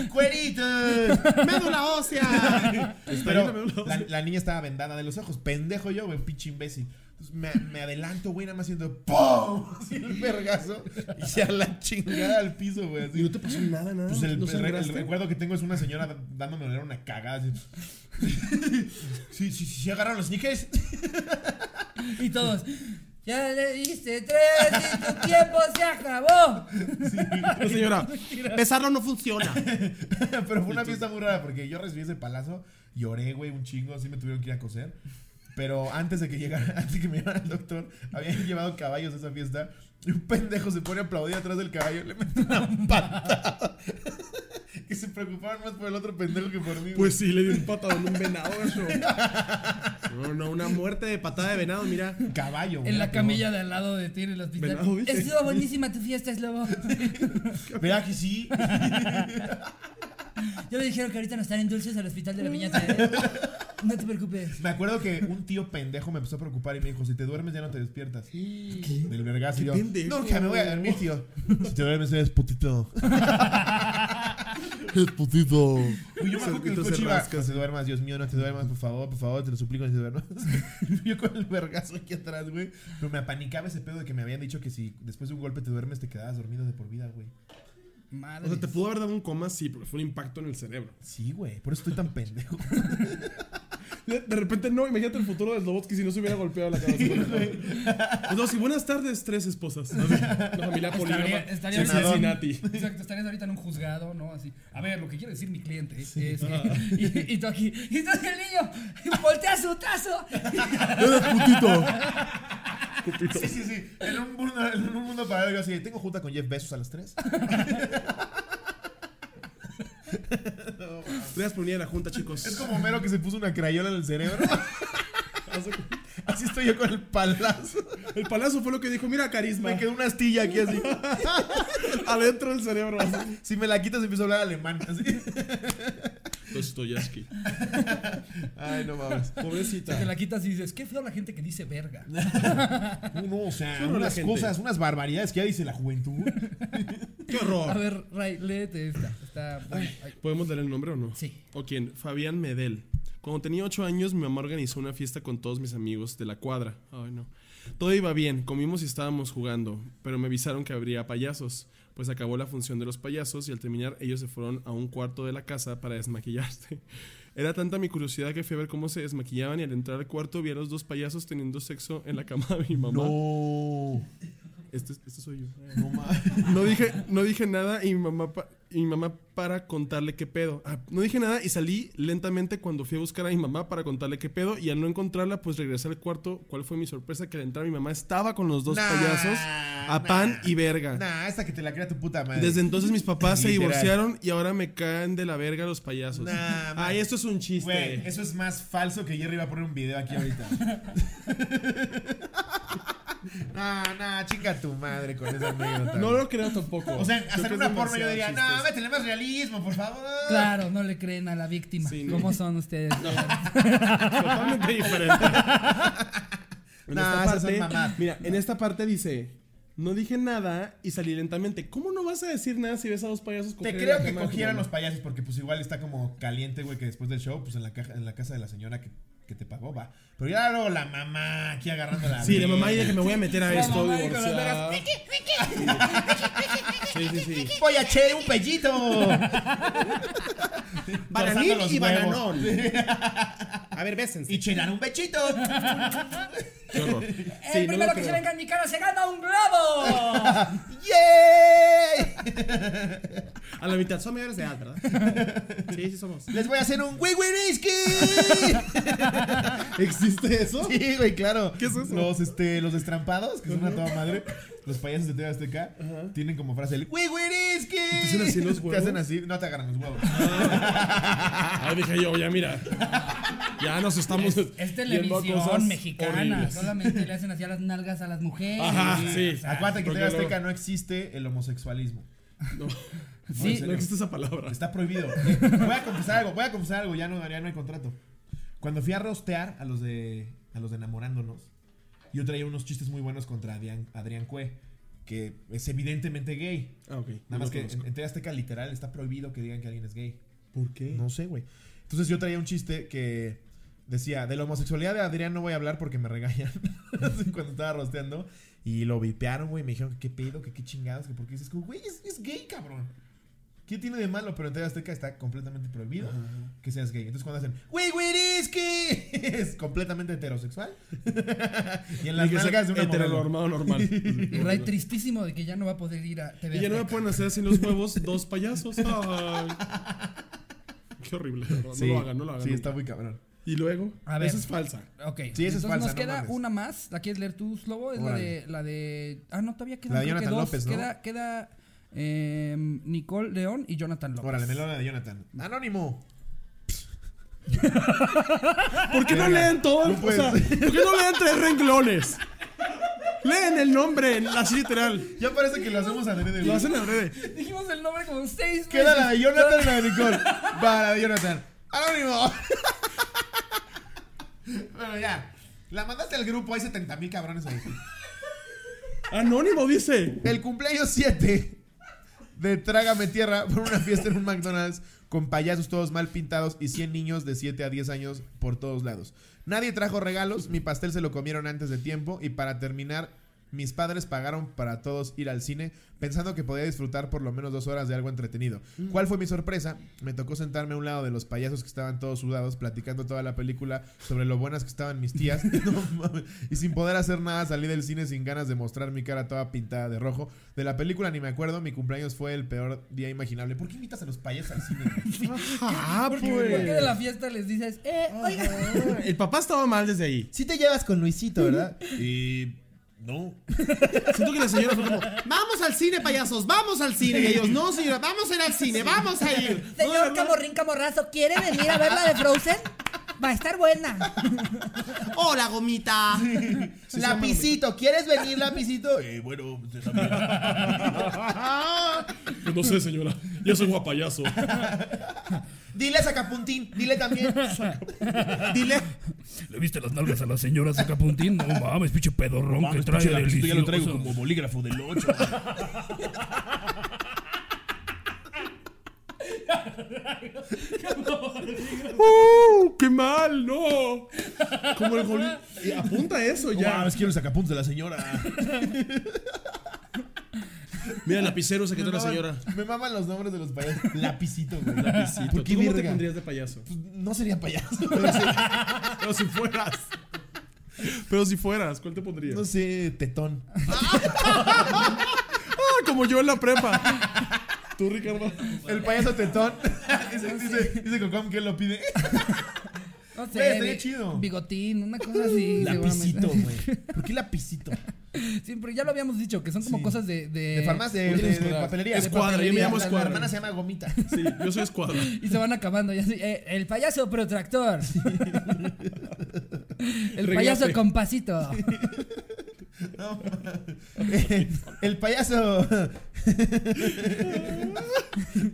A: ¡Cueritos!
K: ¡Médula ósea!
A: Pero
C: bien,
A: la, la niña estaba vendada de los ojos. Pendejo yo, güey, pinche imbécil. Entonces me, me adelanto, güey, nada más haciendo ¡Pum! Así el vergazo. Y ya la chingada al piso, güey. así.
C: Y no te pasó nada, nada.
A: Pues el,
C: ¿No
A: el re- el
C: sangraste?
A: recuerdo que tengo es una señora da- dándome oler una cagada. así. Sí, sí, sí, sí, agarraron los sneakers.
B: Y todos, ¡Ya le diste tres y tu tiempo se acabó!
C: No, señora.
K: Besarlo no funciona.
A: Pero fue una fiesta muy rara porque yo recibí ese palazo, lloré, güey, un chingo, así me tuvieron que ir a coser. Pero antes de que llegara, antes de que me llevara al doctor, habían llevado caballos a esa fiesta. Y un pendejo se pone a aplaudir atrás del caballo, le mete una patada. que se preocupaban más por el otro pendejo que por mí. güey.
C: Pues sí, le dio un patadón a un venado. eso. No, no, una muerte de patada de venado, mira.
A: caballo, güey.
B: En la
A: pegó.
B: camilla de al lado de ti en el hospital.
C: Venado, ¿viste?
B: Estuvo buenísima tu fiesta, Slobo.
A: ¿Verdad que sí?
B: Ya me dijeron que ahorita no están en dulces al hospital de la piñata. ¿eh? No te preocupes.
A: Me acuerdo que un tío pendejo me empezó a preocupar y me dijo, si te duermes ya no te despiertas. Del vergazo. y yo,
C: pendejo.
A: nunca me voy a dormir, tío. si te duermes eres putito.
L: Es putito.
A: Güey, Pues yo me acuerdo que en el
C: Entonces
A: coche iba,
C: rascas.
A: no te duermas, Dios mío, no te duermas, por favor, por favor, te lo suplico, no te duermas. yo con el vergazo aquí atrás, güey. Pero me apanicaba ese pedo de que me habían dicho que si después de un golpe te duermes, te quedabas dormido de por vida, güey.
B: Madre.
C: O sea, te pudo haber dado un coma, sí, porque fue un impacto en el cerebro.
A: Sí, güey, por eso estoy tan pendejo.
C: De repente no, imagínate el futuro de Slobotsky si no se hubiera golpeado la cabeza. Pues no, sí, buenas tardes, tres esposas. ¿no? La familia
B: Estaría-
C: polígama
B: estaría
C: de
B: bien.
C: Cincinnati.
B: Exacto, estarías ahorita en un juzgado, ¿no? Así. A ver, lo que quiere decir mi cliente es.
C: Ah.
B: y, y tú aquí. Y entonces el niño voltea su tazo.
A: Sí, sí, sí. En un mundo, en un mundo paralelo, yo así, tengo junta con Jeff Bezos a las 3.
C: Gracias por venir a la junta, chicos.
A: Es como Homero que se puso una crayola en el cerebro. Así estoy yo con el palazo.
C: El palazo fue lo que dijo, mira carisma.
A: Me quedó una astilla aquí así.
C: Adentro del cerebro.
A: Si me la quitas empiezo a hablar alemán. Así.
C: Dostoyevsky.
A: Ay, no mames.
B: Te
C: Pobrecita.
B: la quitas y dices, qué feo la gente que dice verga.
A: No, Uh, no, o sea,
C: Solo la
A: unas
C: gente.
A: cosas, unas barbaridades que ya dice la juventud.
C: ¡Qué
B: A
C: horror!
B: ver, Ray, léete esta. Está bueno. Ay,
C: ¿Podemos darle el nombre o no?
B: Sí.
C: ¿O quién? Fabián Medel. Cuando tenía 8 años, mi mamá organizó una fiesta con todos mis amigos de la cuadra. Ay, no. Todo iba bien, comimos y estábamos jugando, pero me avisaron que habría payasos. Pues acabó la función de los payasos y al terminar ellos se fueron a un cuarto de la casa para desmaquillarse. Era tanta mi curiosidad que fui a ver cómo se desmaquillaban y al entrar al cuarto vi a los dos payasos teniendo sexo en la cama de mi mamá.
D: Oh.
A: No.
C: Este, este soy yo.
A: Eh,
C: No, dije, no dije nada y mi mamá, pa- y mi mamá para contarle qué pedo. Ah, no dije nada y salí lentamente cuando fui a buscar a mi mamá para contarle qué pedo y al no encontrarla pues regresé al cuarto. ¿Cuál fue mi sorpresa? Que al entrar mi mamá estaba con los dos
A: Nah,
C: payasos a
A: nah.
C: pan y verga.
A: Nah, esta que te la crea tu puta madre.
C: Desde entonces mis papás se
A: Literal.
C: divorciaron y ahora me caen de la verga los payasos.
A: Nah, man.
C: Ay, esto es un chiste.
A: Güey, eso es más falso que Jerry va a poner un video aquí ahorita. nah, nah, chinga tu madre con esa anécdota.
C: No lo creo tampoco.
A: o sea,
C: Creo que
A: hasta en
C: es
A: una porno yo
C: demasiado
A: diría,
C: chistes.
A: no, métele más realismo, por favor.
B: Claro, no le creen a la víctima.
C: Sí, no.
B: ¿Cómo son ustedes?
C: Totalmente diferente. en
A: No,
C: esta
A: esas
C: parte,
A: son mamadas.
C: mira, en esta parte dice, no dije nada y salí lentamente. ¿Cómo no vas a decir nada si ves a dos payasos
A: Te
C: coger en la
A: creo que
C: cama de tu
A: cogieron
C: mamá?
A: los payasos porque pues igual está como caliente, güey, que después del show, pues en la, caja, en la casa de la señora que, que te pagó, va. Pero ya luego la mamá aquí agarrando la...
C: Sí, la mamá dice que me voy a meter a
B: La
C: esto,
B: mamá ahí con las
C: divorciada.
B: vergas,
C: Sí, sí, sí.
A: Voy a che, un pellito.
E: Bananín
A: Rozando los
E: y
A: huevos.
E: bananón. A ver, bésense.
A: Y chelar un pechito.
C: Qué horror. Sí,
B: el
C: no
B: primero
C: lo
B: que se
C: creo.
B: venga en mi cara se gana un globo.
A: ¡Yay!
E: A la mitad son mayores de edad, ¿verdad? Sí, sí somos.
A: Les voy a hacer un wee wee whisky.
E: ¿Existe eso?
A: Sí, güey, claro.
C: ¿Qué es eso?
A: Los, este, los destrampados, que son a toda madre. Los payasos de TV Azteca tienen como frase el wee wee whisky. ¿Te
C: hacen así los
A: Te hacen
C: huevos?
A: así, no te agarran los huevos.
C: Ahí Ah, dije yo, ya mira. Ya nos estamos.
B: Es
C: viendo
B: televisión
C: cosas
B: mexicana.
C: horribles.
B: Solamente le hacen así a las nalgas a las mujeres.
C: Ajá, sí.
A: Acuérdate que en
C: Porque
A: TV Azteca
C: luego-
A: no existe el homosexualismo.
C: No,
B: Sí,
C: no existe esa palabra.
A: Está prohibido. Eh, Voy a confesar algo, voy a confesar algo, ya no, ya no hay contrato. Cuando fui a rostear a los de a los de enamorándonos, yo traía unos chistes muy buenos contra Adrián, Adrián Cue, que es evidentemente gay.
C: Ah, ok.
A: Nada más que en,
C: conozco.
A: en TV Azteca literal está prohibido que digan que alguien es gay.
C: ¿Por qué?
A: No sé, güey. Entonces yo traía un chiste que decía, de la homosexualidad de Adrián no voy a hablar porque me regañan cuando estaba rosteando. Y lo vipearon, güey. Me dijeron que qué pedo, que qué chingados, que por qué dices, que, güey, es, es gay, cabrón. ¿Qué tiene de malo? Pero en TV Azteca está completamente prohibido que seas gay. Entonces cuando hacen, güey, güey, es que es completamente heterosexual. y en las
C: Dije,
A: nalgas de una modelo.
C: heteronormado normal.
B: Y Ray tristísimo de que ya no va a poder ir a TV
C: Y ya no me
B: Azteca.
C: pueden hacer así los huevos dos payasos. Ay. Qué horrible. de verdad.
A: Sí,
C: No lo hagan, no lo hagan.
A: sí
C: nunca.
A: está muy cabrón.
C: Y luego,
B: A ver.
C: esa es falsa.
B: Ok,
A: Sí, esa es
B: entonces
A: falsa,
B: nos
A: no
B: queda
A: mames.
B: una más. ¿La quieres leer tú, Slobo? Es la
A: Órale.
B: de, la de... Ah, no, todavía queda
A: La de Jonathan López, ¿no?
B: Queda, queda em, Nicole León y Jonathan López.
A: Órale, melona de Jonathan. Anónimo.
C: ¿Por qué no
A: Verga.
C: leen todo?
A: No
C: o
A: puede
C: sea, ¿por
A: ser.
C: qué no leen tres renglones? Leen el nombre, así literal.
A: Ya parece que lo hacemos a de
C: Lo hacen al revés.
B: Dijimos el nombre como seis veces.
A: Queda la de Jonathan y la de Nicole. Va, la de Jonathan. Anónimo. bueno, ya. La mandaste al grupo, hay 70 mil cabrones ahí.
C: Anónimo dice.
A: El cumpleaños 7 de Trágame Tierra por una fiesta en un McDonald's con payasos todos mal pintados y 100 niños de 7 a 10 años por todos lados. Nadie trajo regalos, mi pastel se lo comieron antes de tiempo y para terminar Mis padres pagaron para todos ir al cine pensando que podía disfrutar por lo menos dos horas de algo entretenido. ¿Cuál fue mi sorpresa? Me tocó sentarme a un lado de los payasos que estaban todos sudados, platicando toda la película sobre lo buenas que estaban mis tías. No mames. y sin poder hacer nada, salí del cine sin ganas de mostrar mi cara toda pintada de rojo. De la película ni me acuerdo, mi cumpleaños fue el peor día imaginable. ¿Por qué invitas a los payasos al cine?
C: Ah,
B: ¿Por qué de
C: pues.
B: la fiesta les dices, eh, oiga?
C: El papá estaba mal desde ahí.
D: Sí te llevas con Luisito, ¿verdad?
A: Y. No.
C: Siento que la señora fue como,
E: Vamos al cine, payasos, vamos al cine. Y ellos, no, señora, vamos a ir al cine, vamos a ir.
M: Señor Camorrín Camorrazo, ¿quiere venir a ver la de Frozen? Va a estar buena.
E: Hola, gomita.
D: Lapicito, ¿quieres venir, Lapicito?
A: Eh, bueno, usted sabe.
C: pues no sé, señora. Yo soy guapayaso.
D: Dile a Sacapuntín, dile también.
E: Dile,
B: ¿Le viste las nalgas a la señora Sacapuntín? No mames, pinche pedorrón
A: Mames,
B: que trae
A: pues, pinche lapicito, ya lo traigo
B: delicioso.
A: como bolígrafo del 8.
C: ¡Uh! ¡Qué mal! ¡No! Como el gol. Eh, Apunta eso
A: Ya,
C: ya.
A: ves, quiero el sacapuntes de la señora.
C: Mira el lapicero, se quedó la señora.
A: Me maman los nombres de los payasos. Lapicito, güey.
C: Lapicito.
A: ¿Por qué
C: ¿Tú cómo te
A: verga?
C: pondrías de payaso?
A: Pues, No sería payaso.
C: Pero si fueras. Pero si fueras, ¿cuál te pondrías?
A: No sé, tetón.
C: Ah, como yo en la prepa. Tú, Ricardo.
A: El payaso tetón.
B: Ah,
A: dice, dice, dice Cocom que él lo pide.
B: No sé,
A: Güey, estaría
B: bi-
A: chido.
B: Bigotín, una cosa así.
A: Lapicito,
B: seguramente.
A: güey. ¿Por qué lapicito?
B: Sí, pero ya lo habíamos dicho, que son como cosas de... De,
A: De farmacia, de, de- de papelería.
C: Es cuadra, yo me llamo
A: La- La
C: escuadra.
A: hermana se llama Gomita.
C: Sí, yo soy escuadra.
B: Y se van acabando. Ya, así, eh, el payaso protractor. el payaso
C: Reglate.
B: con pasito.
A: el payaso.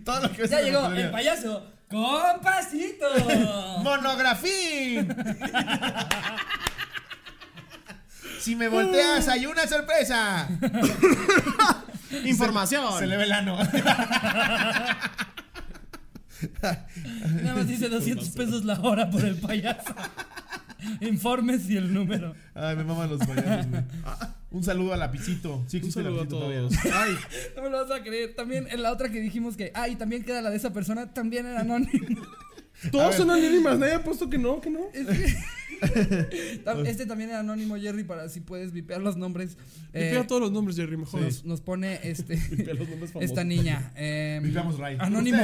A: Todo lo que ves
B: Ya
A: en la
B: llegó
A: papelería.
B: el payaso con pasito.
A: ¡Monografín! si me volteas, hay una sorpresa.
E: información.
A: Se le ve el ano.
B: Nada más dice 200 pesos la hora por el payaso. Informes y el número.
A: Ay, me maman los payasos, güey. Un saludo a Lapicito. Sí,
C: Un
A: existe
C: saludo a
A: Lapicito
C: todos.
A: todavía.
C: Ay,
B: No me lo vas a creer. También en la otra que dijimos que. Ah, y también queda la de esa persona. También era anónimo.
C: todos son anónimas. Nadie ha puesto que no, que no.
B: Tam- Este también era anónimo, Jerry, para si puedes vipear los nombres. Eh,
C: Pega todos los nombres, Jerry, mejor.
B: nos, nos pone este.
C: los nombres famosos.
B: Esta niña. eh,
A: Vipeamos Ray.
B: Anónimo.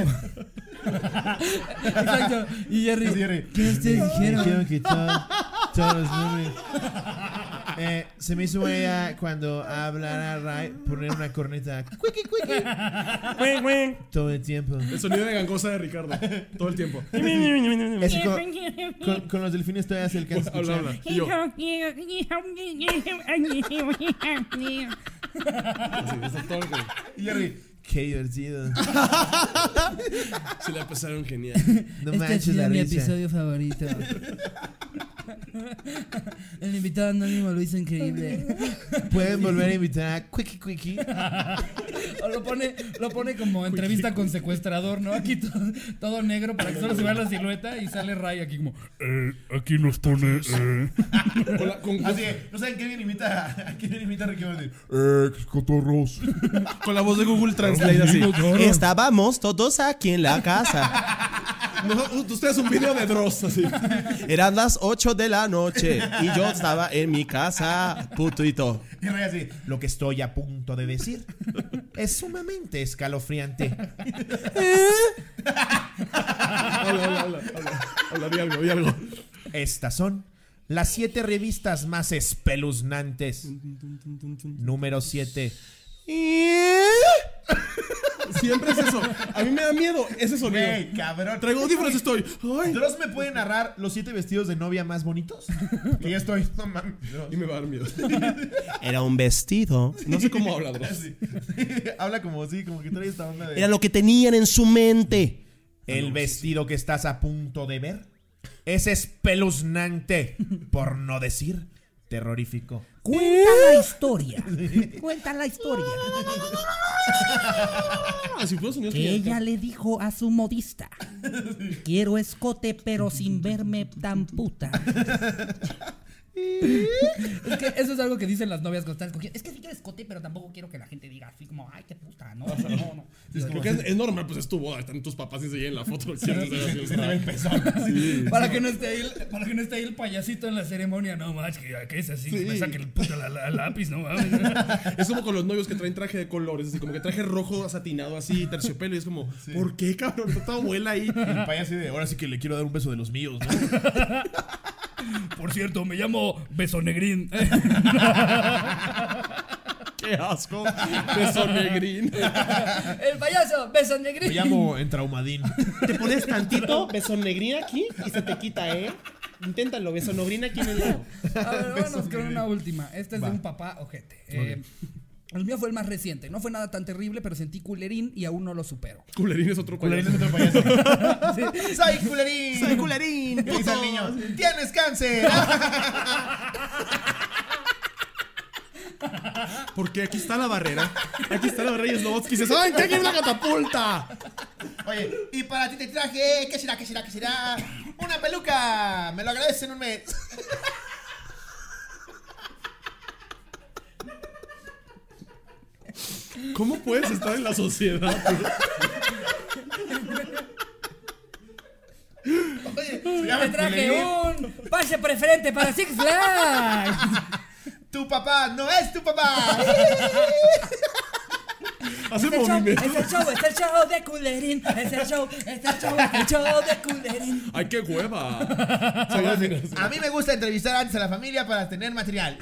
B: Exacto. Y Jerry.
A: Sí, Jerry.
B: ¿Qué ustedes dijeron?
A: Dijeron que todo- todos los nombres. Eh, se me hizo buena idea cuando hablara Ray poner una corneta cuiqui, cuiqui, todo el tiempo.
C: El sonido de gangosa de Ricardo. Todo el tiempo.
A: Es que con, con- con los delfines todavía se alcanza a
C: Habla,
A: escuchar.
C: habla. Y yo. así, eso es todo lo que-
A: Y Jerry, qué divertido.
C: Se la pasaron genial.
A: No
B: este ha
A: manches
B: sido
A: la
B: mi
A: risa.
B: episodio favorito. El invitado anónimo lo hizo increíble.
A: Pueden volver a invitar a Quickie Quickie.
B: O lo pone, lo pone como entrevista con secuestrador, ¿no? Aquí to- todo, negro para que solo se vea la silueta y sale Ray aquí como.
J: Eh, aquí nos pone. eh.
C: Con la, con-
A: Así que, no saben qué bien imita a a qué bien imita a Ricky Martin.
J: cotorros.
C: con la voz de Google Translate así.
E: Estábamos todos aquí en la casa.
C: No, ustedes un video de Dross así.
E: Eran las 8 de la noche y yo estaba en mi casa, putito.
A: Y Ray así, lo que estoy a punto de decir es sumamente escalofriante.
C: Habla, habla, habla. Habla, habla di algo, di algo.
A: Estas son las siete revistas más espeluznantes. Número 7.
C: Siempre es eso. A mí me da miedo ese sonido.
A: cabrón.
C: Traigo audífonos, estoy. Ay.
A: ¿Dross me puede narrar los siete vestidos de novia más bonitos? Que ya estoy. No mames.
C: Y me va a dar miedo.
E: Era un vestido.
C: No sé cómo habla Dross.
A: Sí. Habla como así, como que trae esta onda de.
E: Era lo que tenían en su mente.
A: El vestido que estás a punto de ver es espeluznante, por no decir terrorífico.
M: Cuenta la historia. Cuenta la historia.
C: Ah, si fueron sonidos
M: Que
C: que
M: ella le dijo a su modista: Quiero escote, pero sin verme tan puta.
B: Es que eso es algo que dicen las novias cuando están escogiendo. Es que sí quiero escote, pero tampoco quiero que la gente diga así como, ay, qué puta, no, no, no.
C: Es como que es, es normal, pues es tu boda, están tus papás y se llegan la foto. Sí, sí, sí, sí.
B: Para que no esté ahí, el- para que no esté ahí el payasito en la ceremonia, no más, que, que es así, que me saque el puta la, la- lápiz, no mames.
C: Es como con los novios que traen traje de colores, así como que traje rojo satinado así, terciopelo, y es como, ¿por qué, cabrón? Está tu abuela ahí.
A: El payaso así de, ahora sí que le quiero dar un beso de los míos, ¿no?
B: Por cierto, me llamo Besonegrín.
C: ¡Qué asco! Beso negrín.
B: el payaso, Besonegrín.
A: Me llamo Entraumadín.
D: Te pones tantito beso negrina aquí y se te quita, ¿eh? Inténtalo, beso negrina aquí en el lado.
B: A ver, vámonos con una última. Esta es de un papá ojete. Eh, El mío fue el más reciente. No fue nada tan terrible, pero sentí culerín y aún no lo supero.
C: Culerín es otro payaso.
A: ¡Soy culerín!
D: Soy culerín,
A: Dice
D: puto.
A: al niño, ¡tienes cáncer!
C: Porque aquí está la barrera. Aquí está la barrera y Slobotsky dice, ¡ay, qué es una catapulta!
A: Oye, y para ti te traje, ¿qué será, qué será, qué será? ¡Una peluca! Me lo agradecen un mes.
C: ¿Cómo puedes estar en la sociedad?
B: Te traje un pase preferente para Six Flags.
A: ¡Tu papá no es tu papá!
C: Hace
B: Es el, Este show,
C: movimiento.
B: es el show, es el show de culerín. Es el show, es el show, es el show de culerín.
C: ¡Ay, qué hueva! Se va a decir,
A: A mí me gusta entrevistar antes a la familia para tener material.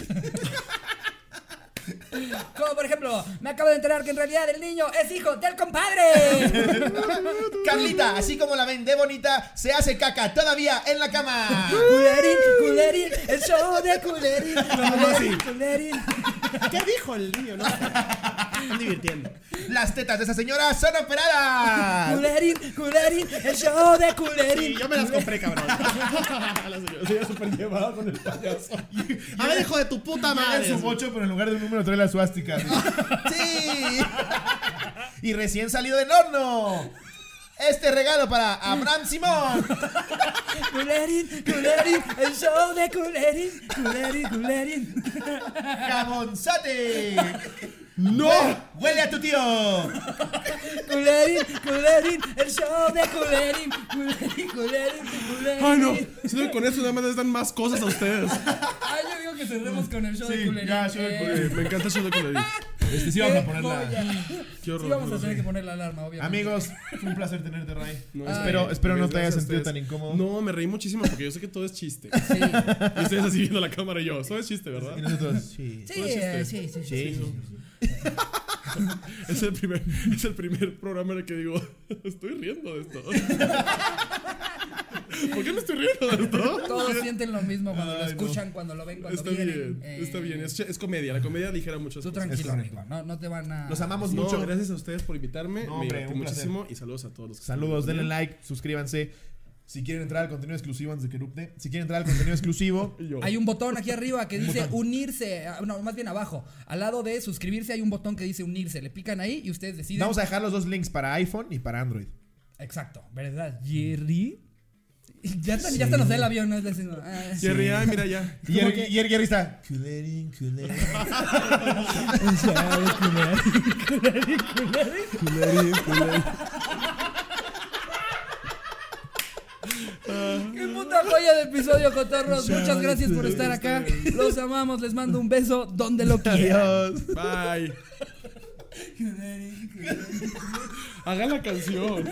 B: Como por ejemplo, me acabo de enterar que en realidad el niño es hijo del compadre.
A: Carlita, así como la ven de bonita, se hace caca todavía en la cama.
B: Culerín, culerín, el show de culerín. Culerín, culerín.
D: ¿Qué dijo el niño? No? Están divirtiendo.
A: Las tetas de esa señora son operadas.
B: Culerín, culerín, el show de culerín.
D: Sí, yo me las compré, cabrón.
C: la señora se iba súper llevada con el payaso.
D: A ver, hijo de tu puta madre.
C: pues.
A: bocho, pero en lugar de un número trae la suástica. ¡Sí! Y recién salido del horno. Este regalo para Abraham Simón.
B: Culerín, culerín, el show de culerín. Culerín, culerín.
A: ¡Cabonzate! ¡No! ¡Huele a tu tío!
B: Culerín, culerín, el show de culerín. Culerín, culerín, culerín.
C: ¡Ay, Ah, no! Siento que con eso nada más les dan más cosas a ustedes.
B: Ay, Ah, yo digo que cerremos con el show de culerín. Eh,
C: Eh, me encanta eso de culerín.
A: Este sí
B: qué
A: vamos a ponerla.
B: joya.
C: Qué horror.
B: Sí, vamos a tener que poner la alarma, obviamente.
A: Amigos, fue un placer tenerte, Ray.
C: Ay,
A: espero espero no te
C: gracias
A: hayas
C: a
A: sentido
C: ustedes.
A: tan incómodo.
C: No, me reí muchísimo porque yo sé que todo es chiste.
B: Sí,
C: Y ustedes así viendo la cámara y yo, eso es chiste, ¿verdad?
A: Y nosotros, sí.
B: sí, eh, sí, sí, sí.
C: Es el primer, es el primer programa en el que digo, estoy riendo de esto. ¿Por qué me estoy riendo de esto?
B: Todos sienten lo mismo cuando lo
C: Ay, no.
B: escuchan, cuando lo ven, cuando
C: Está
B: vienen.
C: bien,
B: Eh,
C: está bien. Es, es comedia, la comedia ligera muchas
B: Tú
C: cosas.
B: tranquilo, amigo. No, no te van a.
A: Los amamos
C: No,
A: mucho.
C: gracias a ustedes por invitarme.
A: No,
C: me
A: hombre,
C: divertí
A: un placer.
C: muchísimo y saludos a todos los que
A: Saludos,
C: están
A: denle like, suscríbanse. Si quieren entrar al contenido exclusivo antes de que erupte, si quieren entrar al contenido exclusivo,
C: viendo. Y yo,
B: Hay un botón aquí arriba que dice unirse, ah, no, más bien abajo. Al lado de suscribirse hay un botón que dice unirse. Le pican ahí y ustedes deciden.
A: vamos a dejar los dos links para iPhone y para Android.
B: Exacto, ¿verdad, Jerry? Ya, está- ya hasta nos da el avión, ¿no? Es decir, ah,
C: Jerry, ay, mira ya.
A: Y el, y el guitarrista, "Culerín, culerín".
B: ¡Qué puta joya de episodio, cotorros! Muchas gracias por estar acá. Los amamos, les mando un beso donde lo quieran.
C: Bye. Hagan la canción.